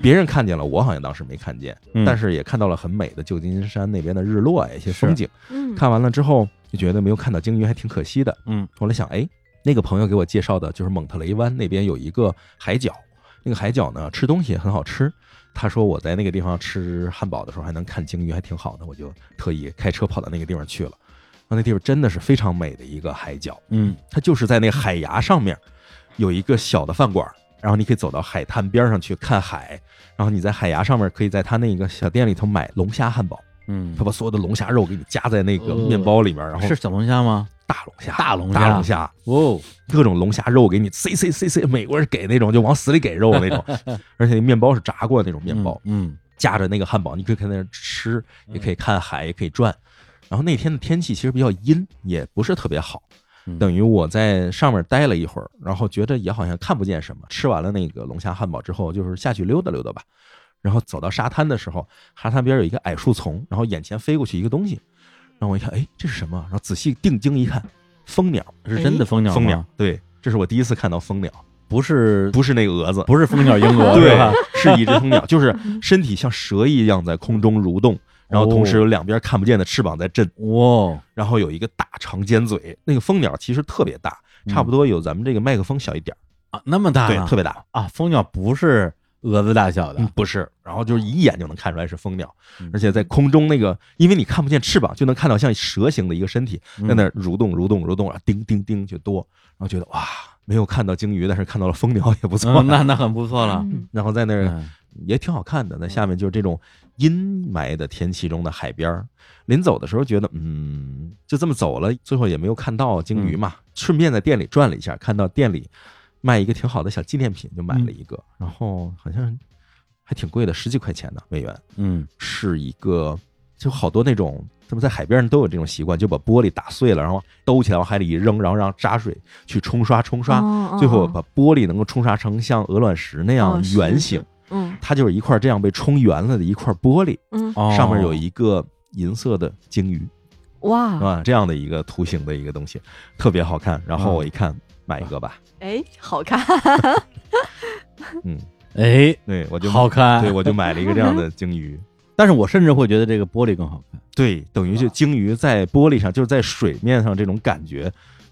别人看见了，我好像当时没看见，嗯但是也看到了很美的旧金山那边的日落呀，一些是风景。嗯，看完了之后，就觉得没有看到鲸鱼还挺可惜的。嗯，后来想，哎，那个朋友给我介绍的就是蒙特雷湾那边有一个海角，那个海角呢吃东西很好吃。他说我在那个地方吃汉堡的时候还能看鲸鱼，还挺好的，我就特意开车跑到那个地方去了。啊，那地方真的是非常美的一个海角，嗯它就是在那个海崖上面有一个小的饭馆，然后你可以走到海滩边上去看海，然后你在海崖上面可以在他那个小店里头买龙虾汉堡，嗯他，把所有的龙虾肉给你夹在那个面包里面，然后哦是小龙虾吗？大龙虾，大龙虾大龙虾，哦，各种龙虾肉给你塞塞塞塞，美国人给那种就往死里给肉那 种，而且那面包是炸过的那种面包，嗯，夹着那个汉堡，你可以在那儿吃，嗯也可以看海，也可以转。然后那天的天气其实比较阴，也不是特别好嗯，等于我在上面待了一会儿，然后觉得也好像看不见什么。吃完了那个龙虾汉堡之后，就是下去溜达溜达吧。然后走到沙滩的时候，沙滩边有一个矮树丛，然后眼前飞过去一个东西，然后我一看，哎，这是什么？然后仔细定睛一看，蜂鸟，嗯是真的蜂鸟吗，蜂鸟，对，这是我第一次看到蜂鸟，不是不是那个蛾子，不是蜂鸟英国，对是吧？，是一只蜂鸟，就是身体像蛇一样在空中蠕动，然后同时有两边看不见的翅膀在震，哇，哦然后有一个大长尖嘴。那个蜂鸟其实特别大，差不多有咱们这个麦克风小一点儿，啊，那么嗯大对呢，特别大。嗯啊，蜂鸟不是蛾子大小的，不是，然后就是一眼就能看出来是蜂鸟嗯，而且在空中那个，因为你看不见翅膀，就能看到像蛇形的一个身体嗯在那儿蠕动、蠕动、蠕动，然后叮叮叮就多，然后觉得哇，没有看到鲸鱼，但是看到了蜂鸟也不错嗯，。 那那很不错了。嗯然后在那儿嗯也挺好看的。在下面就是这种阴霾的天气中的海边儿，临走的时候觉得，嗯，就这么走了，最后也没有看到鲸鱼嗯嘛。顺便在店里转了一下，看到店里卖一个挺好的小纪念品，就买了一个，嗯然后好像还挺贵的，十几块钱呢，美元，嗯是一个就好多那种。他们在海边上都有这种习惯，就把玻璃打碎了，然后兜起来往海里一扔，然后让渣水去冲刷冲刷，哦最后哦把玻璃能够冲刷成像鹅卵石那样哦是圆是形。嗯它就是一块这样被冲圆了的一块玻璃，嗯，哦上面有一个银色的鲸鱼哇，啊，这样的一个图形的一个东西，特别好看。然后我一看，买一个吧，哎，好看，嗯，哎，对我就好，啊看，对我就买了一个这样的鲸鱼。但是我甚至会觉得这个玻璃更好看。对，等于就鲸鱼在玻璃上，就是在水面上这种感觉，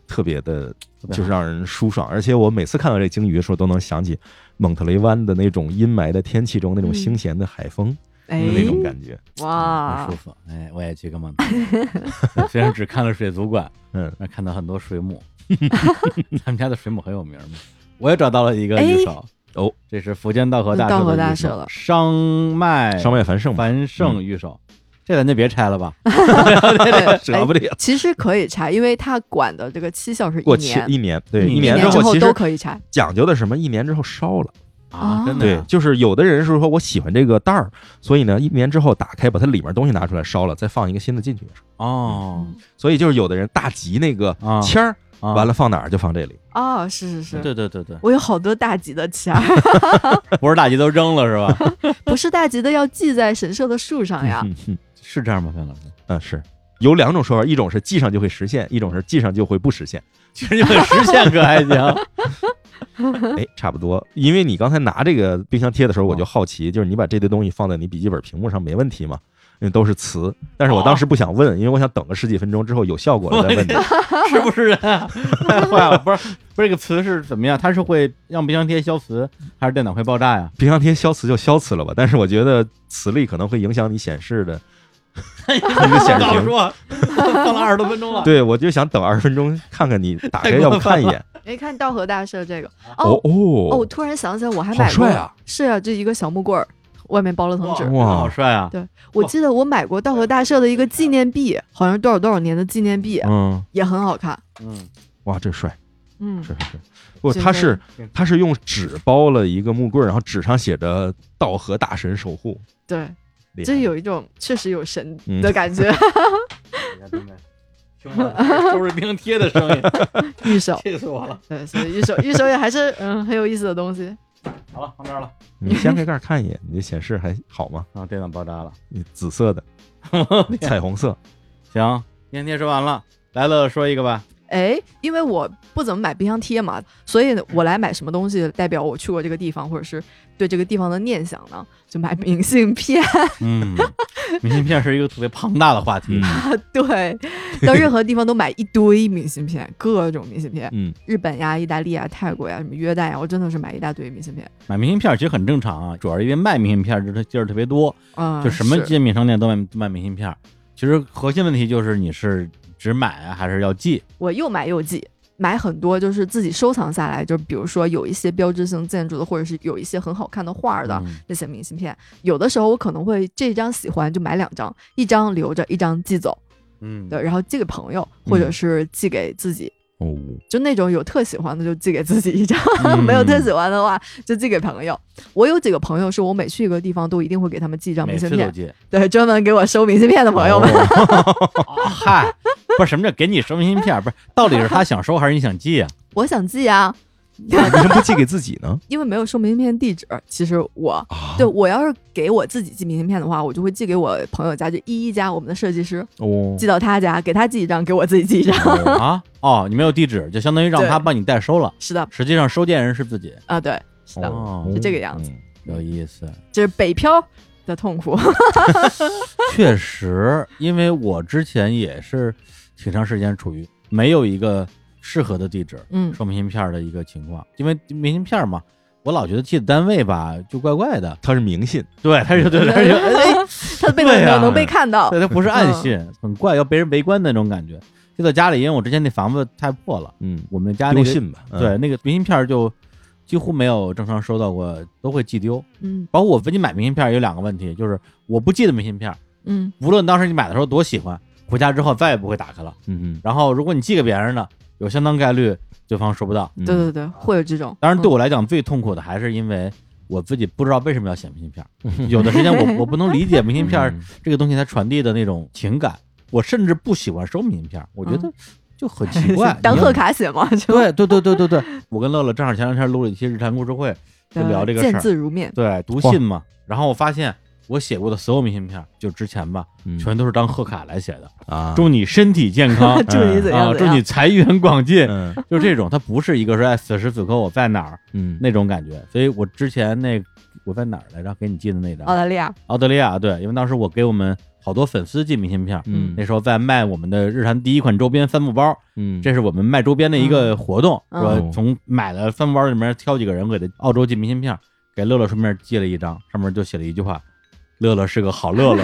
特别的，别好就是让人舒爽。而且我每次看到这鲸鱼的时候，都能想起蒙特雷湾的那种阴霾的天气中那种嗯清闲的海风哎的，那种感觉。 嗯哇很舒，服。哎，我也去个蒙特利 虽然只看了水族馆，嗯，但看到很多水母。 他们家的水母很有名嘛。我也找到了一个哎鱼手，哦，这是福建道和大道社和的大鱼社手了商脉商外繁盛吧，繁盛鱼手，这咱就别拆 了吧。哎舍 不得哎其实可以拆，因为它管的这个期效是一过期年，一年，一对，一哎一年年之后其都实可以拆。讲究的是什么？一年之后烧了。哦啊，真的对呀，，就是有的人是说我喜欢这个袋儿，所以呢，一年之后打开把它里面东西拿出来烧了，再放一个新的进去也是。哦，所以就是有的人大集那个啊签儿，啊完了放哪儿就放这里。哦，是是是，对对对对，我有好多大吉的签儿，不是大吉都扔了是 吧？ 不是大吉的要系在神社的树上 啊呀。嗯哼，是这样吗，范老师？嗯是。有两种说法，一种是系上就会实现，一种是系上就会不 实现。其实你们实现可还行。哎，差不多。因为你刚才拿这个冰箱贴的时候，我就好奇，就是你把这堆东西放在你笔记本屏幕上没问题吗？因为都是词，但是我当时不想问，因为我想等个十几分钟之后有效果了再问你。 是不是人 啊？太坏了！不是，不是这个词是怎么样？它是会让冰箱贴消磁，还是电脑会爆炸呀？冰箱贴消磁就消磁了吧，但是我觉得磁力可能会影响你显示的一个显示早屏。 说，放了二十多分钟了。对，我就想等二十分钟，看看你打太开，过要不分看一眼。没哎看道和大社这个 哦哦哦，我哦，突然想起来，我还好买过，帅啊是啊，就一个小木棍儿，外面包了层纸哇，。哇好帅啊！我记得我买过道和大社的一个纪念币，好像是多少多少年的纪念币，嗯，也很好看。嗯，哇，这帅，嗯是，是是。不，真他的是他是用纸包了一个木棍儿，然后纸上写着“道和大神守护对，”，厉害这有一种确实有神嗯的感 觉，胸口收拾冰贴的 声音，玉手。气死我了！对，所以玉手玉手也还是嗯很有意思的东西。好了，放这儿了。你掀开盖儿看一眼，你这显示还好 吗？啊，电脑爆炸了。 你紫色啊的，彩 虹色，行，冰贴说完了，来乐乐说一个吧。哎，因为我不怎么买冰箱贴嘛，所以我来买什么东西代表我去过这个地方，或者是对这个地方的念想呢？就买明信片。嗯， 明信片是一个特别庞大的话题嗯。 对，到任何地方都买一堆明信片，各种明信片，嗯，日本呀、意大利呀、泰国呀、什么约旦呀，我真的是买一大堆明信片。买明信片其实很正常啊，主要是因为卖明信片儿的地儿特别多，啊、就什么是街面商店都卖都卖明信片儿。其实核心问题就是你是只买啊还是要寄？我又买又寄，买很多就是自己收藏下来，就比如说有一些标志性建筑的，或者是有一些很好看的画儿的。嗯那些明信片，有的时候我可能会这张喜欢就买两张，一张留着，一张寄走嗯，对，然后寄给朋友，或者嗯是寄给自己， 哦，就那种有特喜欢的就寄给自己一 张，嗯没有特喜欢的话就寄给朋友。我有几个朋友是我每去一个地方都一定会给他们寄一张每明信次都片，寄。 对，专门给我收明信片的朋友们。哦嗨，不是什么叫给你收明信片儿，不是到底是他想收还是你 想寄啊？ 我想寄啊，为什么不寄给自己呢？因为没有收明信片地址，其实我。哦啊对，我要是给我自己寄明信片的话，我就会寄给我朋友家，就依依家我们的设计师 哦寄到他家，给他寄一张，给我自己寄一张。 啊，哦，你没有地址，就相当于让对他帮你代收了。是的，实际上收件人是自己，啊，对，是的，哦是这个样子。嗯有意思。这是北漂的痛 苦。确实，因为我之前也是挺长时间处于没有一个适合的地址嗯收明信片儿的一个情况，因为明信片儿嘛，我老觉得寄的单位吧就怪怪的，他是明信，对，他 就对，他就哎， 他被对呀能能被看到对，，他不是暗信，嗯很怪，要被人围观的那种感觉。就在家里，因为我之前那房子太破了，嗯，我们家那丢个信吧，嗯对，那个明信片儿就几乎没有正常收到过，都会寄丢。嗯包括我自己买明信片儿有两个问题，就是我不寄的明信片儿，嗯，无论当时你买的时候多喜欢，回家之后再也不会打开了。嗯然后如果你寄给别人的，有相当概率对方收不到。嗯，对对对，会有这种。当然，对嗯我来讲最痛苦的还是因为我自己不知道为什么要写明信片儿，有的时间我我不能理解明信片儿嗯这个东西它传递的那种情感，我甚至不喜欢收明信片儿，我觉得就很奇怪。 当你要贺卡写嘛，就对对对对对对， 我跟乐乐正好前两天录了一期日常故事会，就聊这个事见儿。字如面。对，读信嘛。然后我发现我写过的所有明信片儿，就之前吧，嗯全都是当贺卡来写的。啊，祝你身体健康祝你怎啊，样怎祝样你，财源广进，嗯就这种。它不是一个说哎，此时此刻我在哪儿嗯，那种感觉。所以我之前那我在哪儿来着？给你寄的那张澳大利亚，澳大利亚，对，因为当时我给我们好多粉丝寄明信片儿。嗯那时候在卖我们的日常第一款周边帆布包，嗯这是我们卖周边的一个活动，嗯说从买的帆布包里面挑几个人给他澳洲寄明信片，给乐乐顺便寄了一张，上面就写了一句话：“乐乐是个好乐乐。”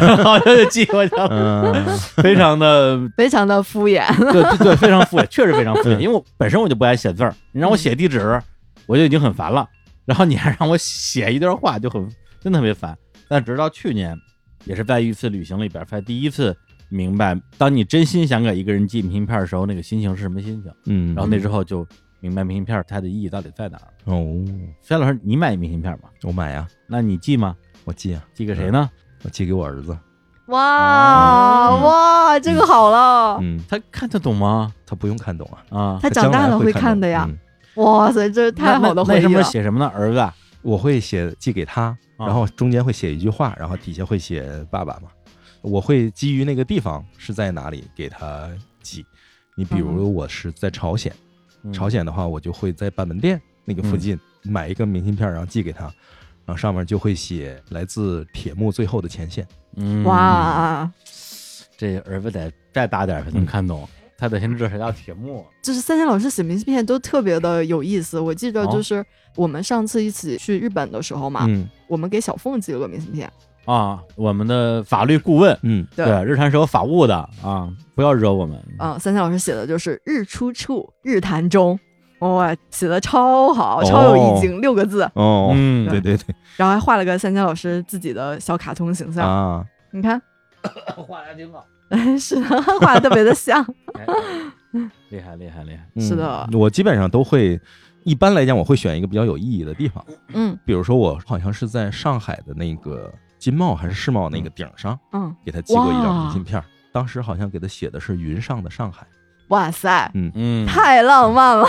然后就寄过去了， 嗯非常的非常的敷衍。 对对对，非常敷衍，确实非常敷衍。嗯因为我本身我就不爱写字儿，你让嗯我写地址，我就已经很烦了，然后你还让我写一段话，就很真的特别烦。但直到去年，也是在一次旅行里边，才第一次明白，当你真心想给一个人寄明信片的时候，那个心情是什么心情。嗯，然后那之后就明白明信片儿它的意义到底在哪儿了。哦，薛老师，你买明信片儿吗？我买呀，那你寄吗？我寄啊，寄给谁呢？嗯我寄给我儿子，哇嗯哇，这个好了，嗯，他看得懂吗？他不用看懂啊，啊，哦他长大将来了会看懂的呀。嗯哇塞，这太好的那那回那上忆面了。写什么呢？儿子啊，我会写寄给他，啊然后中间会写一句话，然后底下会写爸爸嘛。我会基于那个地方是在哪里给他寄。你比嗯如我是在朝鲜，嗯朝鲜的话，我就会在板门店那嗯个附近买一个明信片，然后寄给他，然后上面就会写来自铁幕最后的前线。嗯，哇，这儿子得再大点儿才能看懂，他得先至少要铁幕。就是三千老师写明信片都特别的有意思。我记着哦就是我们上次一起去日本的时候嘛，嗯我们给小凤寄了个明信片，啊，我们的法律顾问，嗯，对日坛是有法务的啊，不要惹我们。嗯，三三老师写的就是“日出处，日谈中”，哇，写的超好，哦超有意境，六个字。哦，嗯，对对对然后还画了个三三老师自己的小卡通形象，啊，你看， 画的挺好，是的，画的特别的像。哎厉害厉害厉害。是的嗯我基本上都会，一般来讲我会选一个比较有意义的地方，嗯比如说我好像是在上海的那个金茂还是世贸那个顶上嗯，给他寄过一张哇明信片儿，当时好像给他写的是“云上的上海哇塞，嗯，太浪漫了。”，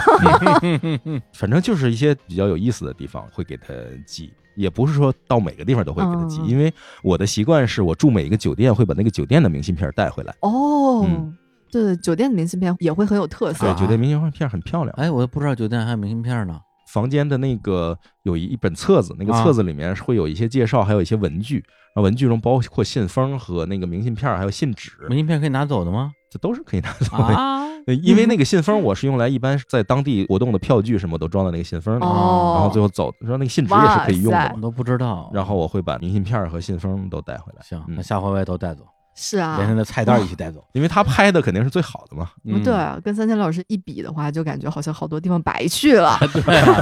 嗯反正就是一些比较有意思的地方会给他寄。也不是说到每个地方都会给他寄，嗯因为我的习惯是我住每一个酒店会把那个酒店的明信片儿带回来。哦，嗯对，酒店的明信片也会很有特色对啊。，酒店明信片儿很漂 亮。哎，我都不知道酒店还有明信片呢。房间的那个有一一本册子，那个啊册子里面是会有一些介绍，还有一些文具，然后文具中包括信封和那个明信片儿，还有信纸，明信片可以拿走 的吗？这都是可以拿走的。啊，对 因为那个信封我是用来一般是在当地活动的票据什么都装在那个信封里，哦，嗯然后最后走，说那个信纸也是可以用哇的塞 我嘛。都不知道。然后我会把明信片儿和信封都带回来，哦行，嗯那下回我也都带走，是连他啊，的菜单一起带走。因为他拍的肯定是最好的嘛。嗯对，啊，跟三千老师一比的话，就感觉好像好多地方白去 了。对啊，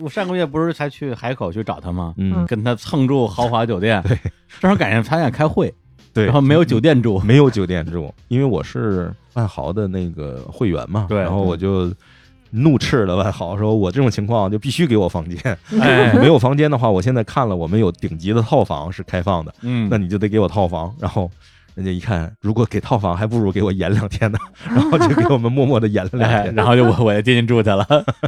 我上个月不是才去海口去找他吗？嗯，跟他蹭住豪华酒店，对，正好赶上他想开会，对然后没有酒店住， 没有酒店住，因为我是万豪的那个会员嘛，对然后我就怒斥了万豪，说我这种情况就必须给我房间，哎， 没有房间的话，我现在看了我们有顶级的套房是开放的，嗯那，你就得给我套房。然后人家一看，如果给套房，还不如给我延两天 呢，然后就给我们默默的延了两哎，天。然后就我我就进去住去了，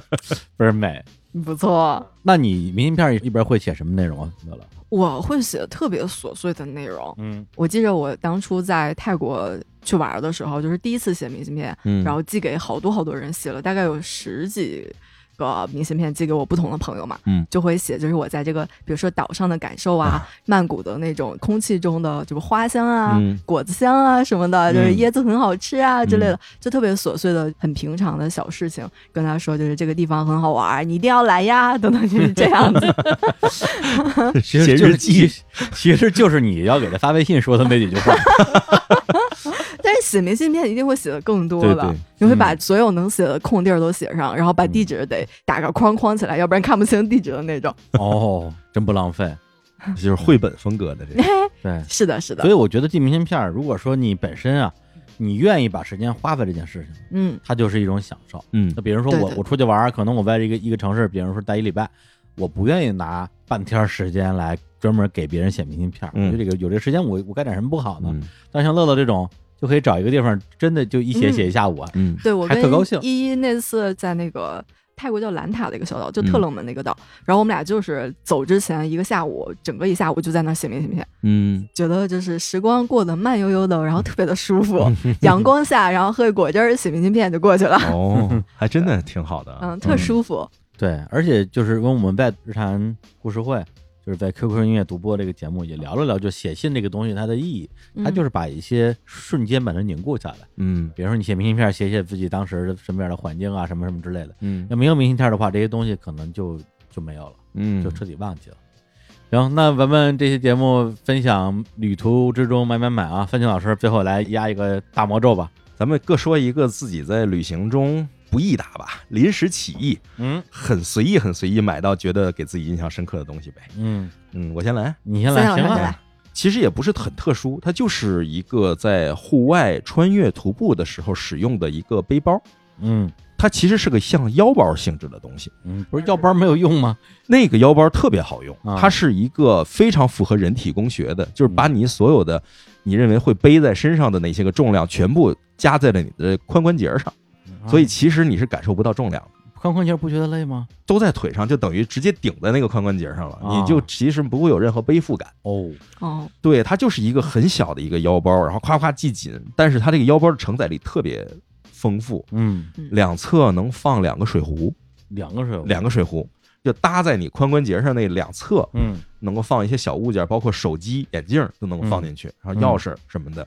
倍儿美。不错，那你明信片里边会写什么内容啊？乐乐，我会写特别琐碎的内容。嗯我记着我当初在泰国去玩的时候，就是第一次写明信片，嗯然后寄给好多好多人，写了大概有十几个明信片寄给我不同的朋友嘛，嗯，就会写就是我在这个比如说岛上的感受啊，曼谷的那种空气中的就是花香啊、嗯果子香啊什么的，就是嗯椰子很好吃啊之类的，就特别琐碎的、很平常的小事情，跟他说就是这个地方很好玩，你一定要来呀， 等等就是这样 子。其实就是，其 其实就是你要给他发微信说的那几句话。 但是写明信片一定会写的更多的，对对嗯你会把所有能写的空地儿都写上，然后把地址得打个框框起来，要不然看不清地址的那种。哦，真不浪费。就是绘本风格的这个，对，是的，是所的，以我觉得寄明信片儿，如果说你本身啊，你愿意把时间花在这件事情，嗯它就是一种享受。 嗯那比如说对我对我出去玩儿，可能我在一个一个城市，比如说待一礼拜，我不愿意拿半天儿时间来专门给别人写明信片儿。嗯我觉得这个有这个时间我，我该干什么不好呢？嗯但像乐乐这种，就可以找一个地方，真的就一写写一下午啊。嗯对我还跟特高兴依依那次在那个泰国叫兰塔的一个小岛，嗯就特冷门的一个岛，然后我们俩就是走之前一个下午，整个一下午就在那儿写明信片，嗯，觉得就是时光过得慢悠悠的，然后特别的舒 服，阳光下，然后喝个果汁儿，写明信片就过去了，哦，还真的挺好的啊，嗯，特舒服，对，而且就是因为我们在日坛故事会，就是在 QQ 音乐独播这个节目也聊了聊，就写信这个东西它的意义，嗯它就是把一些瞬间把它凝固下来。嗯比如说你写明信片，写写自己当时的身边的环境啊，什么什么之类的。嗯要没有明信片的话，这些东西可能就就没有了，嗯，就彻底忘记了。行，那咱们这期节目分享旅途之中买买买啊！范青老师最后来压一个大魔咒吧。咱们各说一个自己在旅行中不易打吧，临时起意，嗯很随意很随意买到觉得给自己印象深刻的东西呗。嗯，嗯，我先来。你先三来，老行师啊再来，其实也不是很特殊，它就是一个在户外穿越徒步的时候使用的一个背包。嗯它其实是个像腰包性质的东西，嗯，不是要包没有用吗？那个腰包特别好用，啊嗯它是一个非常符合人体工学的，就是把你所有的你认为会背在身上的那些个重量全部加在了你的髋关节上，嗯啊所以其实你是感受不到重量的。髋关节不觉得累吗？都在腿上，就等于直接顶在那个髋关节上了，啊你就其实不会有任何背负感。哦，哦，对，它就是一个很小的一个腰包，然后夸夸系紧，但是它这个腰包的承载力特别丰富，嗯，两侧能放两个水壶，两个手，两个水壶就搭在你髋关节上那两侧，嗯能够放一些小物件，包括手机、眼镜都能够放进嗯去，然后钥匙什么的。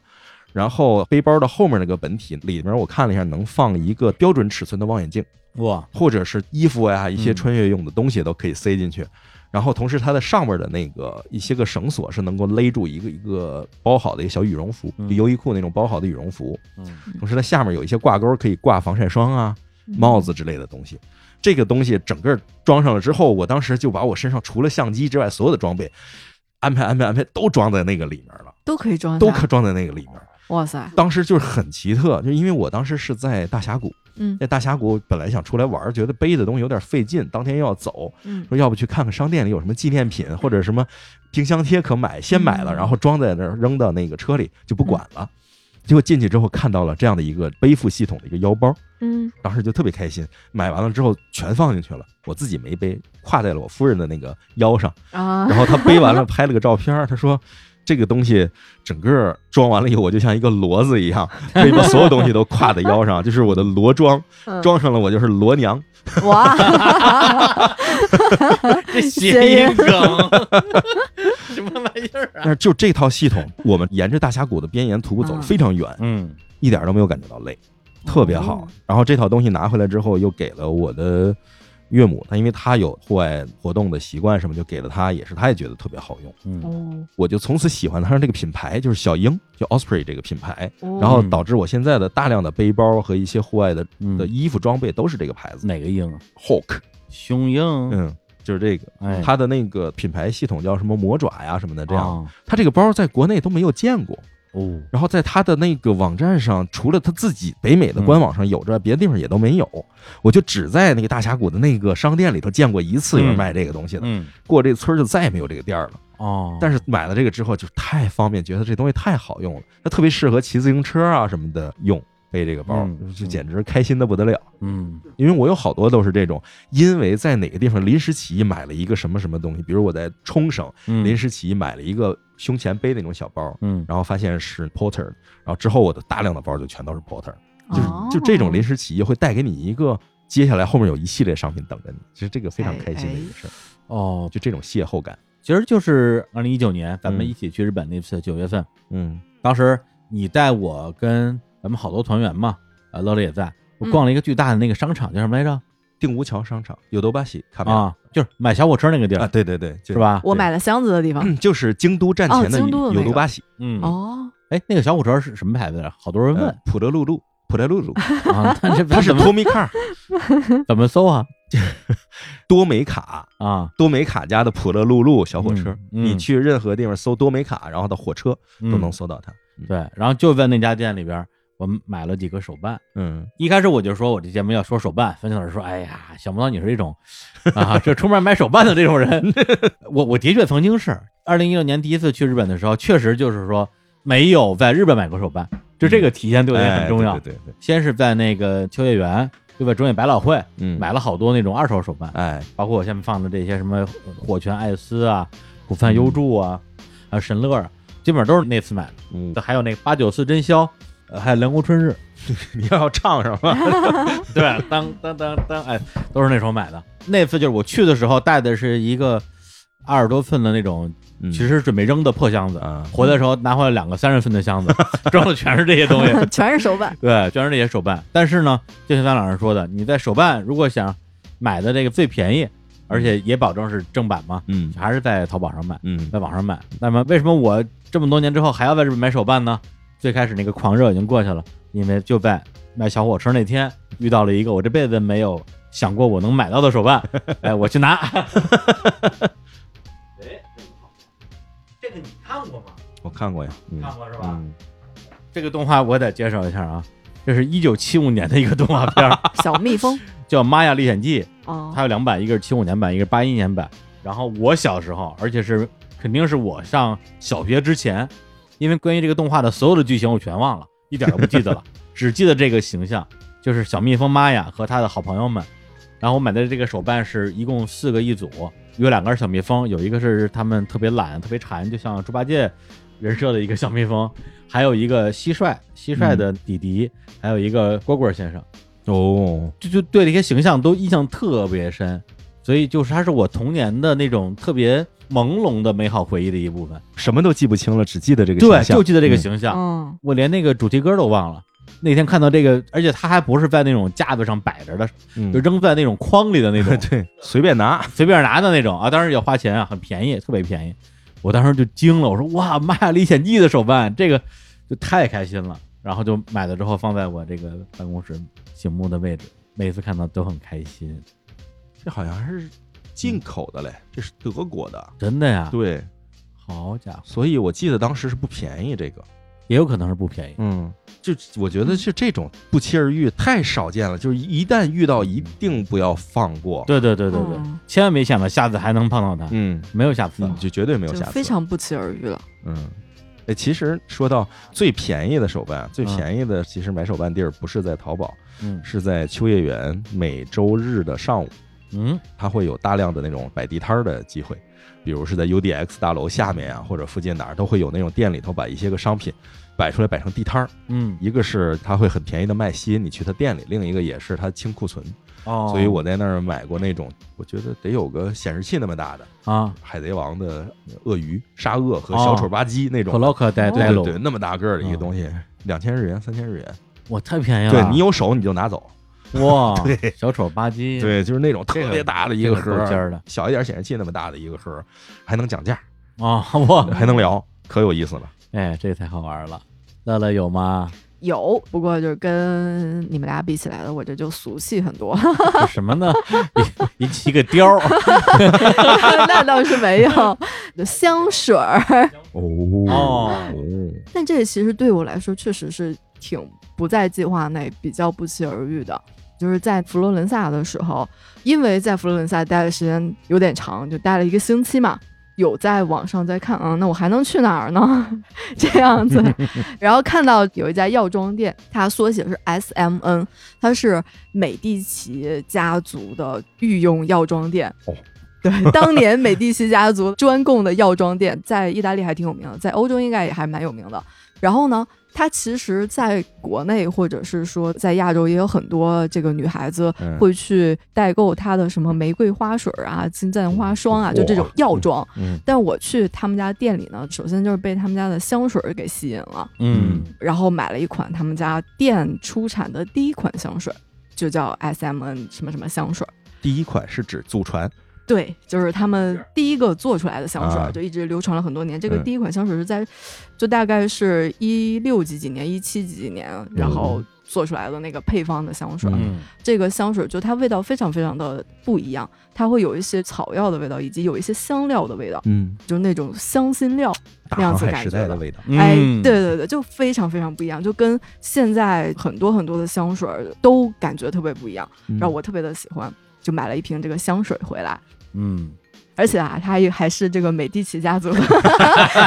然后背包的后面那个本体里面，我看了一下，能放一个标准尺寸的望远镜，哇，或者是衣服呀、一些嗯穿越用的东西都可以塞进去。然后同时它的上面的那个一些个绳索是能够勒住一个一个包好的一个小羽绒服，嗯比优衣库那种包好的羽绒服。嗯同时它下面有一些挂钩可以挂防晒霜啊、嗯帽子之类的东西。这个东西整个装上了之后，我当时就把我身上除了相机之外所有的装备安排安排安排都装在那个里面了，都可以装都下可装在那个里面。哇塞，当时就是很奇特，就因为我当时是在大峡谷，嗯在大峡谷本来想出来玩，觉得背的东西有点费劲，当天又要走，嗯，说要不去看看商店里有什么纪念品或者什么冰箱贴可买，先买了，嗯然后装在那儿扔到那个车里就不管了。结果进去之后看到了这样的一个背负系统的一个腰包，嗯当时就特别开心。买完了之后全放进去了，我自己没背，挎在了我夫人的那个 腰上。啊，然后他背完了拍了个照片儿，他说。这个东西整个装完了以后，我就像一个骡子一 样，可以把所有东西都挎在腰上，就是我的骡装，嗯 装上了我就是骡娘，哇， 这谐音梗 什么玩意儿啊？但是就这套系 统，我们沿着大峡谷的边沿徒步走了嗯嗯非常远，嗯一点都没有感觉到累，特别好哦。然后这套东西拿回来之后，又给了我的岳母，她因为她有户外活动的习惯什么，就给了她，也是她也觉得特别好用。嗯哦，我就从此喜欢上这个品牌，就是小鹰，就 Osprey 这个品牌，然 然后导致我现在的大量的背包和一些户外的嗯的衣服装备都是这个牌子哪个鹰啊？ ，Hawk，雄鹰？嗯，就是这个。哎，它的那个品牌系统叫什么魔爪呀什么的，这样，哦它这个包在国内都没有见过，哦，然后在他的那个网站上，除了他自己北美的官网上有之外，别的地方也都没有。我就只在那个大峡谷的那个商店里头见过一次有人卖这个东西的，嗯过这村儿就再也没有这个店儿了。哦，但是买了这个之后，就太方便，觉得这东西太好用了，它特别适合骑自行车啊什么的用，背这个包嗯就简直开心的不得了。嗯因为我有好多都是这种，因为在哪个地方临时起意买了一个什么什么东西，比如我在冲绳嗯临时起意买了一个胸前背那种小包，嗯然后发现是 Porter，然后之后我的大量的包就全都是 Porter，就是、哦就这种临时起意会带给你一个接下来后面有一系列商品等着你，其实这个非常开心的一个事儿，哦，就这种邂逅感，其实就是二零一九年咱们嗯一起去日本那次九月份，嗯当时你带我跟咱们好多团员嘛，啊，乐乐也在，我逛了一个巨大的那个商场，叫什么来着？定吴桥商场有多巴西卡梅拉啊，就是买小火车那个地啊，儿，？对对对，就是吧？我买了箱子的地方，嗯 就是京都站前的哦京都的那个有多巴西，嗯，哦，哎，那个小火车是什么牌子来着？好多人问呃普德 露露，普德露露，啊，那这呃它是怎么 Tomi Car 怎么搜啊？多美卡。啊，多美卡家的普乐露露小火车，嗯嗯你去任何地方搜多美卡，然后的火车嗯都能搜到它。嗯对，然后就在那家店里边，我们买了几个手办。嗯，一开始我就说我这节目要说手办，冯老师说：“哎呀，想不到你是这种啊，这出门买手办的这种人。 我”我的确曾经是二零一六年第一次去日本的时候，确实就是说没有在日本买过手办，就这个体验对我也哎很重要。对对对，对先是在那个秋叶原，又在中野百老汇嗯，买了好多那种二手手办，哎，包括我下面放的这些什么火拳艾斯啊、古范优助啊、啊神乐啊，基本上都是那次买嗯的。，还有那个八九四真宵，呃还有凉宫春日， 你要唱什么？ 对，当当当当，哎，都是那时候买的。那次就是我去的时候带的是一个二十多寸的那种，嗯其实准备扔的破箱子，啊回来的时候拿回来两个三十寸的箱 子，装的全是这些东西，全是手办，对，全是这些手办。但是呢，就像咱老师说的，你在手办如果想买的这个最便宜，而且也保证是正版嘛，嗯还是在淘宝上买，嗯在网上买。那么为什么我这么多年之后还要在日本买手办呢？最开始那个狂热已经过去了，因为就在买小火车那天遇到了一个我这辈子没有想过我能买到的手办，哎，我去拿。 哎，这个你看过吗？我看过呀，嗯看过是吧？嗯，这个动画我得介绍一下啊，这是一九七五年的一个动画片儿，小 蜜蜂，叫《玛雅历险记》，哦它，有两版，一个是七五年版，一个是八一年版。然后我小时候，而且是肯定是我上小学之前，因为关于这个动画的所有的剧情我全忘了，一点儿都不记得了，只记得这个形象，就是小蜜蜂玛雅和她的好朋友们。然后我买的这个手办是一共四个一组，有两个是小蜜蜂，有一个是他们特别懒、特别馋，就像猪八戒人设的一个小蜜蜂，还有一个蟋蟀，蟋蟀的弟弟，还有一个蝈蝈先生。哦，就就对这些形象都印象特别深，所以就是它是我童年的那种特别朦胧的美好回忆的一部分。什么都记不清了，只记得这个对，形象就记得这个嗯形象，嗯，我连那个主题歌都忘了。那天看到这个，而且它还不是在那种架子上摆着的，嗯，就扔在那种筐里的那种 对，随便拿，随便拿的那种啊，当然也花钱啊，很便宜，特别便宜。我当时就惊了，我说哇，妈呀，历险记的手办，这个就太开心了。然后就买了之后放在我这个办公室醒目的位置，每次看到都很开心，这好像是进口的嘞，这是德国的，真的呀。对，好家伙，所以我记得当时是不便宜这个，也有可能是不便宜。嗯，就我觉得就这种不期而遇太少见了，就是一旦遇到一定不要放过，对对对对对，嗯千万别想到下次还能碰到它，嗯，没有下次你了。就绝对没有就下次，非常不期而遇了。嗯。哎，其实说到最便宜的手办，最便宜的其实买手办地儿不是在淘宝，嗯是在秋叶原每周日的上午，嗯，它会有大量的那种摆地摊儿的机会，比如是在 UDX 大楼下面啊，或者附近哪儿都会有那种店里头把一些个商品摆出来摆成地摊儿。嗯一个是它会很便宜的卖，吸引你去它店里；另一个也是它清库存。哦，所以我在那儿买过那种，我觉得得有个显示器那么大的《啊，海贼王》的鳄鱼、沙鳄和小丑巴基那种克的，洛克带哦带对对喽，对，那么大个儿的一个东西，哦两千日元、三千日元，哇，太便宜了。对你有手你就拿走。啊哇，对小丑吧唧，，对，就是那种这个特别大的一这个个盒够儿，尖儿的小一点显示器那么大的一个盒儿，还能讲价，啊，哇，还能聊，可有意思了。哎，这才好玩了。乐乐有吗？有，不过就是跟你们俩比起来的，我这就俗气很多。这什么 呢？一一一个貂儿 那倒是没有， 就香水儿。哦嗯哦但这其实对我来说，确实是挺不在计划内，比较不期而遇的。就是在佛罗伦萨的时候，因为在佛罗伦萨待的时间有点长，就待了一个星期嘛。有在网上在看，啊，那我还能去哪儿呢？ 这样子，然后看到有一家药妆店，它缩写是 S M N，它是美第奇家族的御用药妆店。哦，对，当年美第奇家族专供的药妆店，在意大利还挺有名的，在欧洲应该也还蛮有名的。然后呢，它其实在国内或者是说在亚洲也有很多这个女孩子嗯会去代购它的什么玫瑰花水啊、金赞花霜啊，就这种哇药妆。嗯但我去他们家店里呢，首先就是被他们家的香水儿给吸引了，嗯，然后买了一款他们家店出产的第一款香水儿，就叫 S M N 什么什么香水儿。第一款是指祖传，对，就是他们第一个做出来的香水儿，啊就一直流传了很多年。这个嗯第一款香水是在，就大概是一六几几年、一七几几年，然后做出来的那个配方的香水儿。嗯这个香水就它味道非常非常的不一样，它会有一些草药的味道，以及有一些香料的味道，嗯，就那种香辛料。大那样航子海感时觉代的的味道。哎，嗯对，对对，就非常非常不一样，就跟现在很多很多的香水儿都感觉特别不一样，嗯然后我特别的喜欢，就买了一瓶这个香水回来。嗯，而且啊，它也还是这个美第奇家 族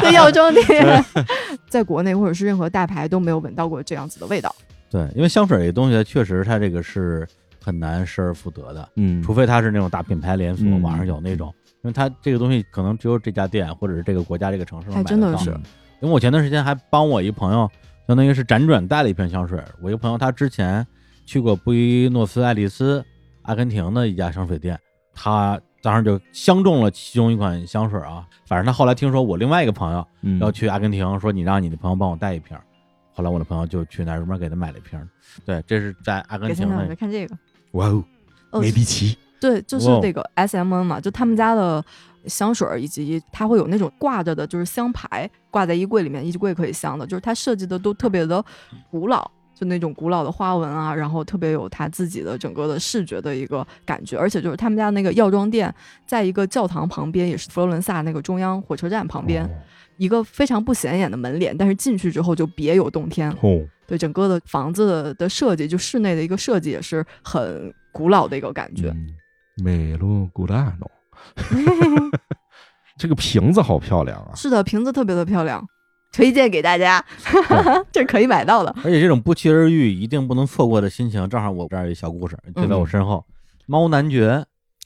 的药妆店， 在国内或者是任何大牌都没有闻到过这样子的味道。对，因为香水这东西确实它这个是很难失而复得的，嗯，除非它是那种大品牌连锁，嗯网上有那种，因为它这个东西可能只有这家店或者是这个国家这个城市能还买真得的到。是嗯因为我前段时间还帮我一朋友，相当于是辗转带了一瓶香水。我一个朋友他之前去过布宜诺斯艾利斯，阿根廷的一家香水店，他当时就相中了其中一款香水啊。反正他后来听说我另外一个朋友嗯要去阿根廷，说你让你的朋友帮我带一瓶。后来我的朋友就去那儿专门给他买了一瓶。对，这是在阿根给廷现在我的在看这个，哇哦，哦，梅第奇，对，就是哇哦这个 S M N 嘛，就他们家的香水儿，以及它会有那种挂着的，就是香牌挂在衣柜里面，衣柜可以香的，就是它设计的都特别的古老，就那种古老的花纹啊，然后特别有它自己的整个的视觉的一个感觉，而且就是他们家那个药妆店，在一个教堂旁边，也是佛罗伦萨那个中央火车站哦旁边，一个非常不显眼的门脸，但是进去之后就别有洞天了。哦，对整个的房子的设计，就室内的一个设计也是很古老的一个感觉。嗯美露古拉诺，这个瓶子好漂亮啊！是的，瓶子特别的漂亮，推荐给大家， 这是可以买到的。 而且这种不期而遇、一定不能错过的心情，正好我这儿有一小故事就嗯在我身后，猫男爵》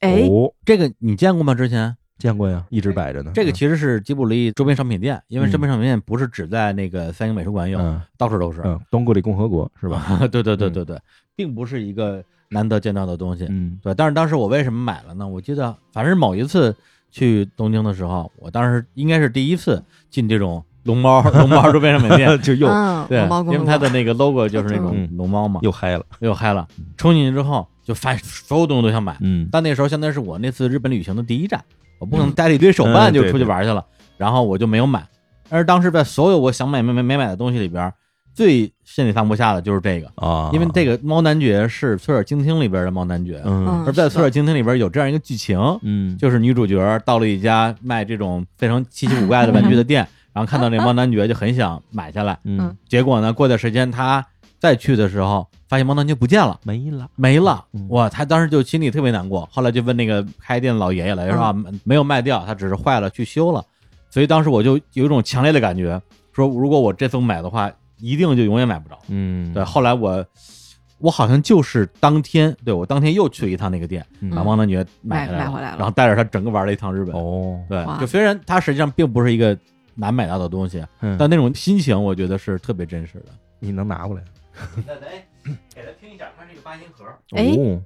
哎，哦，这个你见过吗？之前？见过呀，一直摆着呢。这个其实是吉卜力周边商品店，因为嗯周边商品店不是只在那个三英美术馆有，嗯到处都是，嗯，东古里共和国是吧？吧？ 对对对对对，并不是一个难得见到的东西。嗯 对，但是当时我为什么买了呢？我记得，反正某一次去东京的时候，我当时应该是第一次进这种龙猫，龙猫都变成美 面。就又嗯，对毛，公因为主它的那个 logo 就是那种嗯龙猫嘛，又嗨了，又嗨了。冲进去之后，就发现所有东西都想买。嗯，但那时候相当于是我那次日本旅行的第一站，我不可能带着一堆手办嗯就对出去玩去了，然后我就没有买。但是当时在所有我想买没没没买的东西里边，最心里放不下的就是这个，啊，因为这个猫男爵是《崔尔精听》里边的猫男爵，嗯而在《是的崔尔精听》里边有这样一个剧情，嗯，就是女主角到了一家卖这种非常稀奇古怪的玩具的店，然后看到那猫男爵就很想买下来，嗯结果呢，过段时间她再去的时候，发现猫男爵不见了。没了，没了嗯，哇！他当时就心里特别难过，后来就问那个开店的老爷爷了，也说啊，嗯没有卖掉，他只是坏了去修了。所以当时我就有一种强烈的感觉，说如果我这次买的话，一定就永远买不着。嗯，对，后来我我好像就是当天，对我当天又去了一趟那个店，嗯把汪丹爵买回来买回来了然后带着他整个玩了一趟日本。哦，对，哇就虽然它实际上并不是一个难买到的东西，嗯但那种心情我觉得是特别真实的。你能拿过来？那咱给他听一下，它是一个八音盒。哎哦，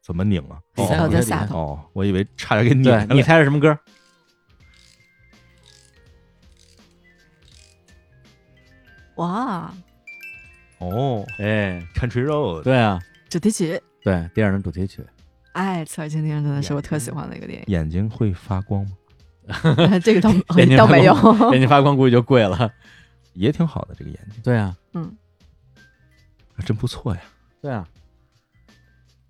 怎么拧啊？哦小的我觉得下头，哦，我以为差点给拧对，你了。猜是什么歌？哇， 哦哎， ，Country Road，对啊，主题曲，对，电影的主题曲。哎，侧耳倾听真的是我特嗯喜欢的一个电眼睛会发光吗？ 影，这个倒眼睛倒哦没有， 眼睛发光估计就贵了。也挺好的，这个眼睛对啊，还真不错呀。对啊，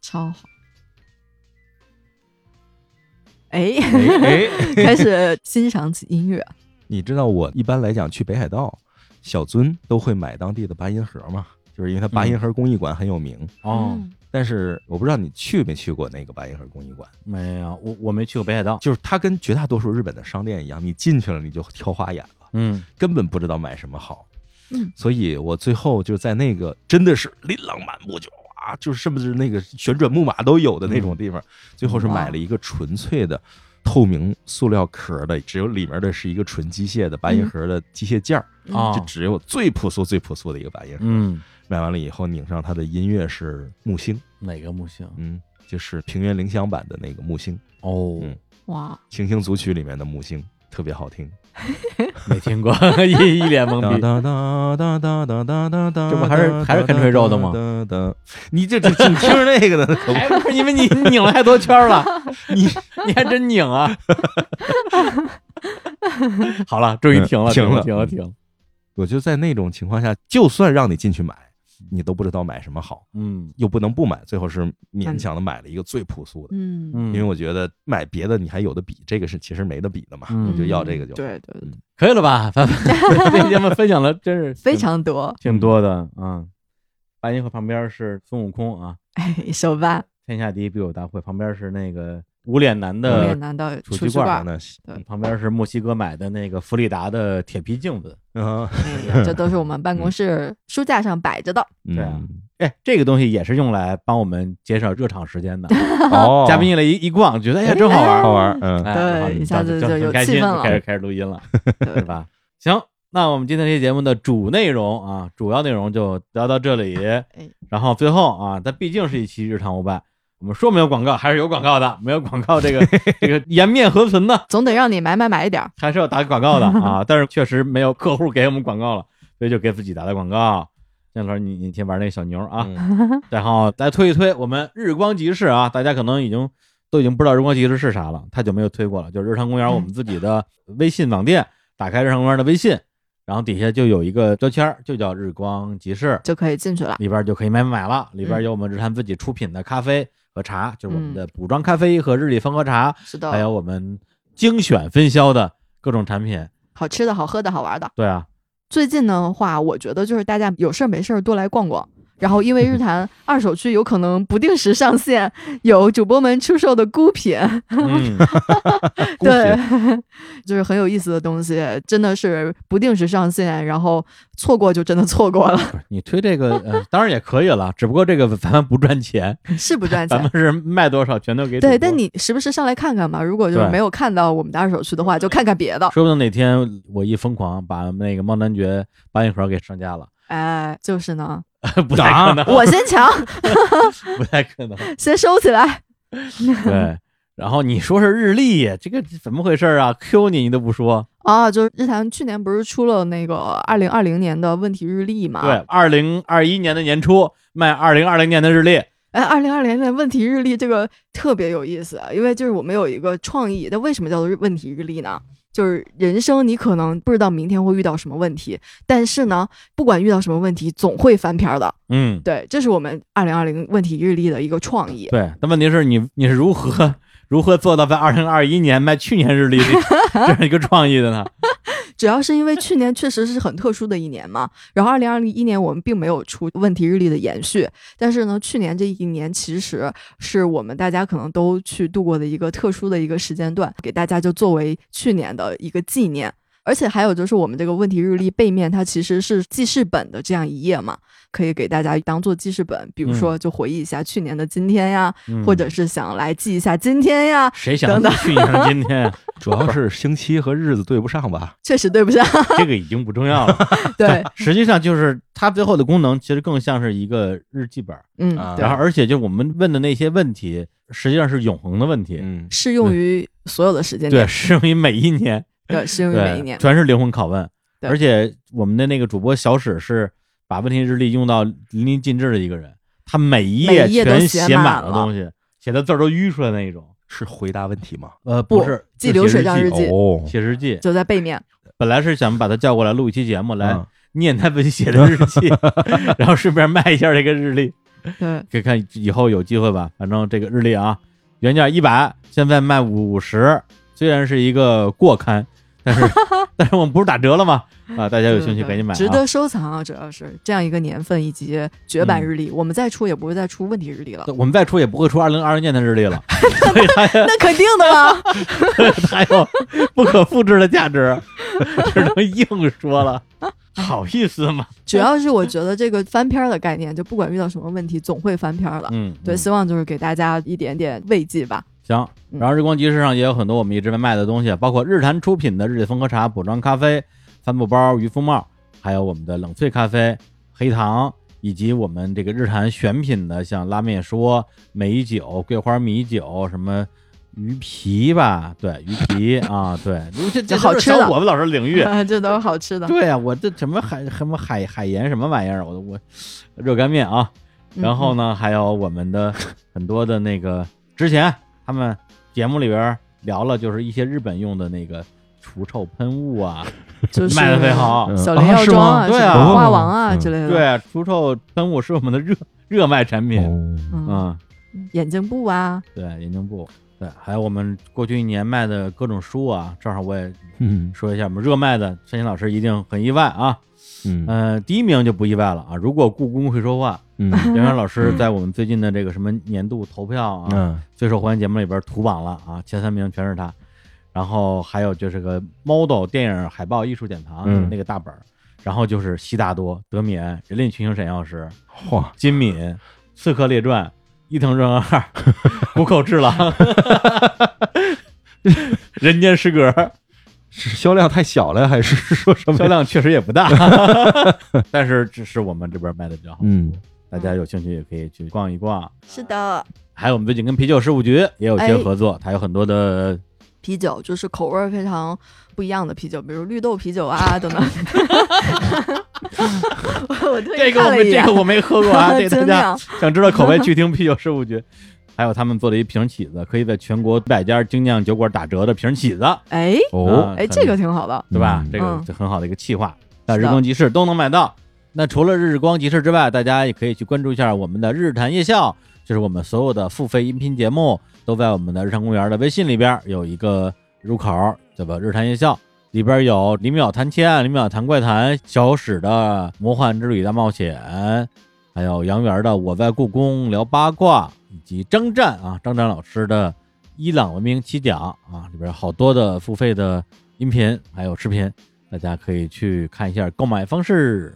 超好。哎，哎， 开始欣赏起音乐，你知道我一般来讲去北海道，小樽都会买当地的八音盒嘛，就是因为它八音盒工艺馆很有名。哦，嗯，但是我不知道你去没去过那个八音盒工艺馆，没有，我我没去过北海道。就是它跟绝大多数日本的商店一样，你进去了你就挑花眼了，嗯，根本不知道买什么好。嗯，所以我最后就在那个真的是琳琅满目，就啊，就是甚至那个旋转木马都有的那种地方，嗯最后是买了一个纯粹的透明塑料壳的，只有里面的是一个纯机械的八音盒的机械件儿。嗯哦就，只有最朴素、最朴素的一个白银。嗯，买完了以后，拧上它的音乐是木星，哪个木星？嗯，就是平原绫香版的那个木星，哦，嗯哇， 《行星组曲》里面的木星，特别好听。没听过， 一一脸懵哒 逼。哒哒哒哒哒哒哒哒，这不还是还是 Country Road 吗哒哒， 你这这你听着那个呢，可还哎不是因为你你拧了太多圈了，你你还真拧啊！好了，终于停了，嗯停了，了停了，停了。 我就在那种情况下，就算让你进去买，你都不知道买什么好，嗯又不能不买，最后是勉强的买了一个最朴素的。嗯，嗯，因为我觉得买别的你还有的比，这个是其实没得比的嘛，嗯我就要这个就好。对对对，可以了吧？咱们 这节目分享了，真是非常多，挺多的啊。白银河旁边是孙悟空啊，哎，手办，天下第一笔友大会，旁边是那个无脸男我的也，拿到呃储储蓄蓄罐罐儿，呢？对旁边是墨西哥买的那个弗里达的铁皮镜子。啊，哎呀这都是我们办嗯公室书架上摆着的，对啊哎，这个东西也是用来帮我们节省热场时间的。嗯，哦 嘉宾一来一一逛，觉得哎呀真好玩，好玩，嗯，哎，对然后一下子就就有很开气心，氛就开始了开始录音了，是 对，吧？行，那我们今天这期节目的主内容啊，主要内容就聊到这里。哎然后最后啊，它毕竟是一期日常无伴，我们说没有广告还是有广告的，没有广 告这个这个颜面何存呢？总得让你买买买一点儿，还是要打广告的啊，但是确实没有客户给我们广告了，所以就给自己打打广告。建老师，你你先玩那个小牛嗯啊， 然后再推一推我们日光集市啊，大家可能已经都已经不知道日光集市是啥了，太久没有推过了。就是日常公园我们自己的微信网店，打开日常公园的微信，然后底下就有一个标签儿，就叫日光集市，就可以进去了。里边就可以买买买了，里边嗯有我们日坛自己出品的咖啡和茶，就是我们的补装咖啡和日历风和茶，是的，还哎有我们精选分销的各种产品。好吃的好喝的好玩的。对啊，最近的话，我觉得就是大家有事儿没事儿多来逛逛。然后，因为日 坛二手区有可能不定时上线有主播们出售的孤品，嗯，对， 就是很有意思的东西，真的是不定时上线，然后错过就真的错过了，你推这个、呃、当然也可以了，只不过这个咱们不 赚钱，是不赚咱钱们。是卖多少全都给主播。对，但你时不时上来看看嘛。如果就是对没有看到我们的二手区的话，就看看别的。说不定哪天我一疯狂把那个猫男爵八音盒给上架了， 哎，就是呢，不啊太可 能，我先抢， 不太可能。先收起来。对，然后你说是日历，这个怎么回事啊？Q 你你都不说。啊，就是日坛去年不是出了那个二零二零年的问题日历嘛？对，，二零二一年的年初卖二零二零年的日历，哎，二零二零年问题日历这个特别有意思，啊，因为就是我们有一个创意，但为什么叫做问题日历呢？就是人生你可能不知道明天会遇到什么问题，但是呢，不管遇到什么问题，总会翻篇儿的。嗯，对，这是我们二零二零问题日历的一个创意。对。但问题是你你是如何 如何做到在二零二一年卖去年日历这 这样一个创意的呢？主要是因为去年确实是很特殊的一年嘛， 然后二零二一年我们并没有出问题日历的延续，但是呢，去年这一年其实是我们大家可能都去度过的一个特殊的一个时间段，给大家就作为去年的一个纪念。而且还有就是我们这个问题日历背面，它其实是记事本的这样一页嘛，可以给大家当做记事本，比如说就回忆一下去年的今天呀，嗯或者是想来记一下今天呀，谁想等到等去年的今天 啊？主要是星期和日子对不上吧？确实对不上， 这个已经不重要了。 对，实际上就是它最后的功能，其实更像是一个日记本儿。嗯，啊对然后，而且就是我们问的那些问题，实际上是永恒的问题，嗯，适用于所有的时间点对，。适用于每一年， 对，适用于每一对，年。全是灵魂拷问。对而且我们的那个主播小史是把问题日历用到淋漓尽致的一个人，他每一页每一页都全写写满满了了东西，写的字儿都淤出来那一种。是回答问题吗？呃，不是记就流写水账日记哦，写日记。就在背 面，本来是想把他叫过来录一期节目，来嗯念他自己写的日 记，然后顺便卖一下这个日历。对，可以看以后有机会吧，反正这个日历啊，原价一百，现在卖五十，虽然是一个过刊，但是但是我们不是打折了吗？啊，大家有兴趣赶紧买、啊，值得收藏啊！主要是这样一个年份以及绝版日历，嗯我们再出也不会再出问题日历了，我们再出也不会出二零二零年的日历 了，所以它也那肯定的啦。 它有不可复制的 价值，只能硬说了，好意思吗？主要是我觉得这个翻篇儿的概念，就不管遇到什么问题，总会翻篇儿的。嗯，对，嗯希望就是给大家一点点慰藉吧。行，嗯然后日光集市上也有很多我们一直在卖的东西，包括日坛出品的日式风格茶、补妆咖啡、帆布包、渔夫帽，还有我们的冷萃咖啡、黑糖，以及我们这个日坛选品的像拉面说、美酒、桂花米酒什么。鱼皮吧，对鱼 皮啊，对，这这好吃的嗯都是小伙子老师 领域，这都是好吃的。对呀、我这什么海什么海海盐什么玩意儿，我我热干面啊， 嗯然后呢，还有我们的很多的那个 之前他们节目里边聊了，就是一些日本用的那个除臭喷雾啊，嗯，就是卖的特别好。小林药妆啊，嗯啊是吗对什啊么花王啊嗯之类的，，对，除臭喷雾是我们的热 热卖产品。哦嗯，嗯，眼镜布啊，对，眼镜布，对，还有我们过去一年卖的各种书啊，正好我也嗯说一下，我们热卖的，申鑫老师一定很意外啊。 嗯嗯、第一名就不意外了啊。如果故宫会说 话，嗯杨洋老师在我们最近的这个什么年度投票啊，嗯最受欢迎节目里边图榜了啊，前三名全是他。然后还有就是个 model 电影海报艺术典藏、嗯那个大本儿，然后就是悉达多、德米安、人类群星闪耀时、哇，金敏、啊刺客列传、伊藤润 二、谷口智郎、人间失格，是销量太小了，还是说什么？ 销量确实也不大，但是只是我们这边卖的比较好，嗯大家有兴趣也可以去逛一逛。是的，还有我们最近跟啤酒事务局也有一些哎合作，它有很多的啤酒，就是口味儿非常不一样的啤酒，比如绿豆啤酒啊等 等。我我特这意个看我了们一这眼，个我没喝 过啊，这个精大家酿 想知道口味去听啤酒事务局，还有他们做的一瓶起子，可以在全国一百家精酿酒馆打折的瓶起子，哎哦哎，这个挺好的。对吧？嗯这个嗯就很好的一个企划，在是啊日的光集市都能买到。那除了日光集市之外，大家也可以去关注一下我们的日坛夜校，就是我们所有的付费音频节目都在我们的日坛公园的微信里边有一个入口，对吧？日坛夜校里边有李淼谈切案、李淼谈怪谈、小史的魔幻之旅大冒险，还有杨元的我在故宫聊八卦，以及张湛啊张湛老师的伊朗文明七讲啊，里边有好多的付费的音频还有视频，大家可以去看一下购买方式。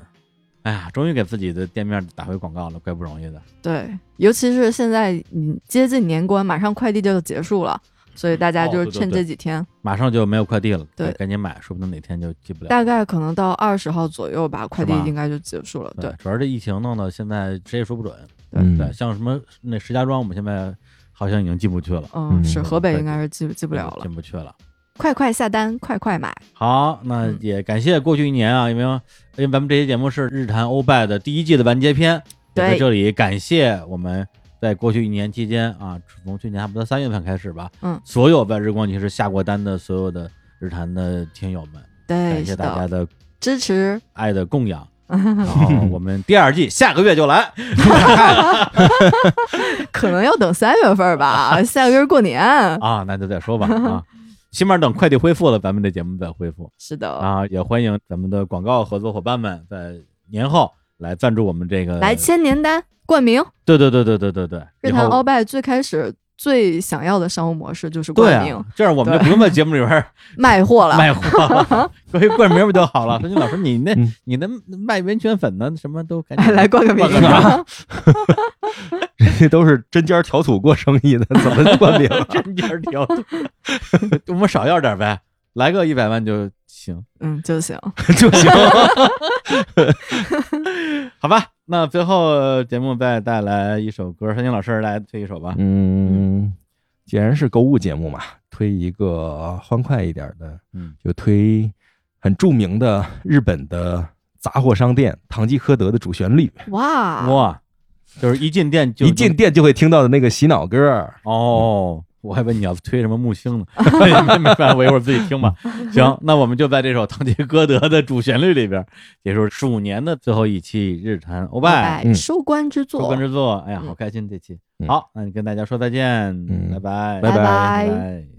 哎呀，终于给自己的店面打回广告了，怪不容易的。对，尤其是现在嗯接近年关，马上快递就要结束了，所以大家哦就是对对趁对这几天，马上就没有快递了，对赶赶紧买，说不定哪天就寄不了。大概可能到二十号左右吧，快递是吧应该就结束嗯了。对对，主要这疫情弄得现在谁也说不准。嗯对，像什么那石家庄，我们现在好像已经进不去了，嗯，是嗯河北对应该是进进不了了。进不去了。快快下单，快快买，好，那嗯也感谢过去一年啊，因为因为咱们这期节目是日坛欧拜的第一季的完结篇，也在对这里感谢我们在过去一年期间啊，从去年差不多三月份开始吧，嗯所有在日光集市下过单的所有的日坛的听友们，对，感是谢大的，嗯家的支持。爱的供养。然后我们第二季下个月就来， 可能要等三月份 吧，下个月是过年。啊，那就再说吧 啊，起码等快递恢复了，咱们这节目再恢复是的，啊，也欢迎咱们的广告合作伙伴们在年后来赞助我们这个来签年单冠名。对对对对对对对，日呃以坛后鳌拜最开始最想要的商务模式就是对冠名、啊，这样我们就不用在节目里边儿卖货了。卖货了，关于冠名不就好了？说你老师，你那嗯你那卖温泉粉呢，什么都赶哎，紧来冠个名冠个名， 这都是针尖儿挑土过生意的，怎么 冠名？真点儿挑，我们少要点儿呗，来个一百万就行，嗯，就行。就行。好吧？那最后节目再带来一首歌，山青老师来推一首吧。嗯，既然是购物节目嘛，推一个欢快一点的，嗯，就推很著名的日本的杂货商店唐吉诃德的主旋律，哇，哇，嗯就是一进店就一进店就会听到的那个洗脑歌儿。哦，我还以为你要推什么木星呢，没没办法，我一会儿自己听吧。行，那我们就在这首《唐吉诃德》的主旋律里边结束鼠年的最后一期日坛欧拜拜，收官之嗯收作，官之作。哎呀，嗯好开心这期。嗯好，那你跟大家说再见，嗯拜拜，拜拜拜拜。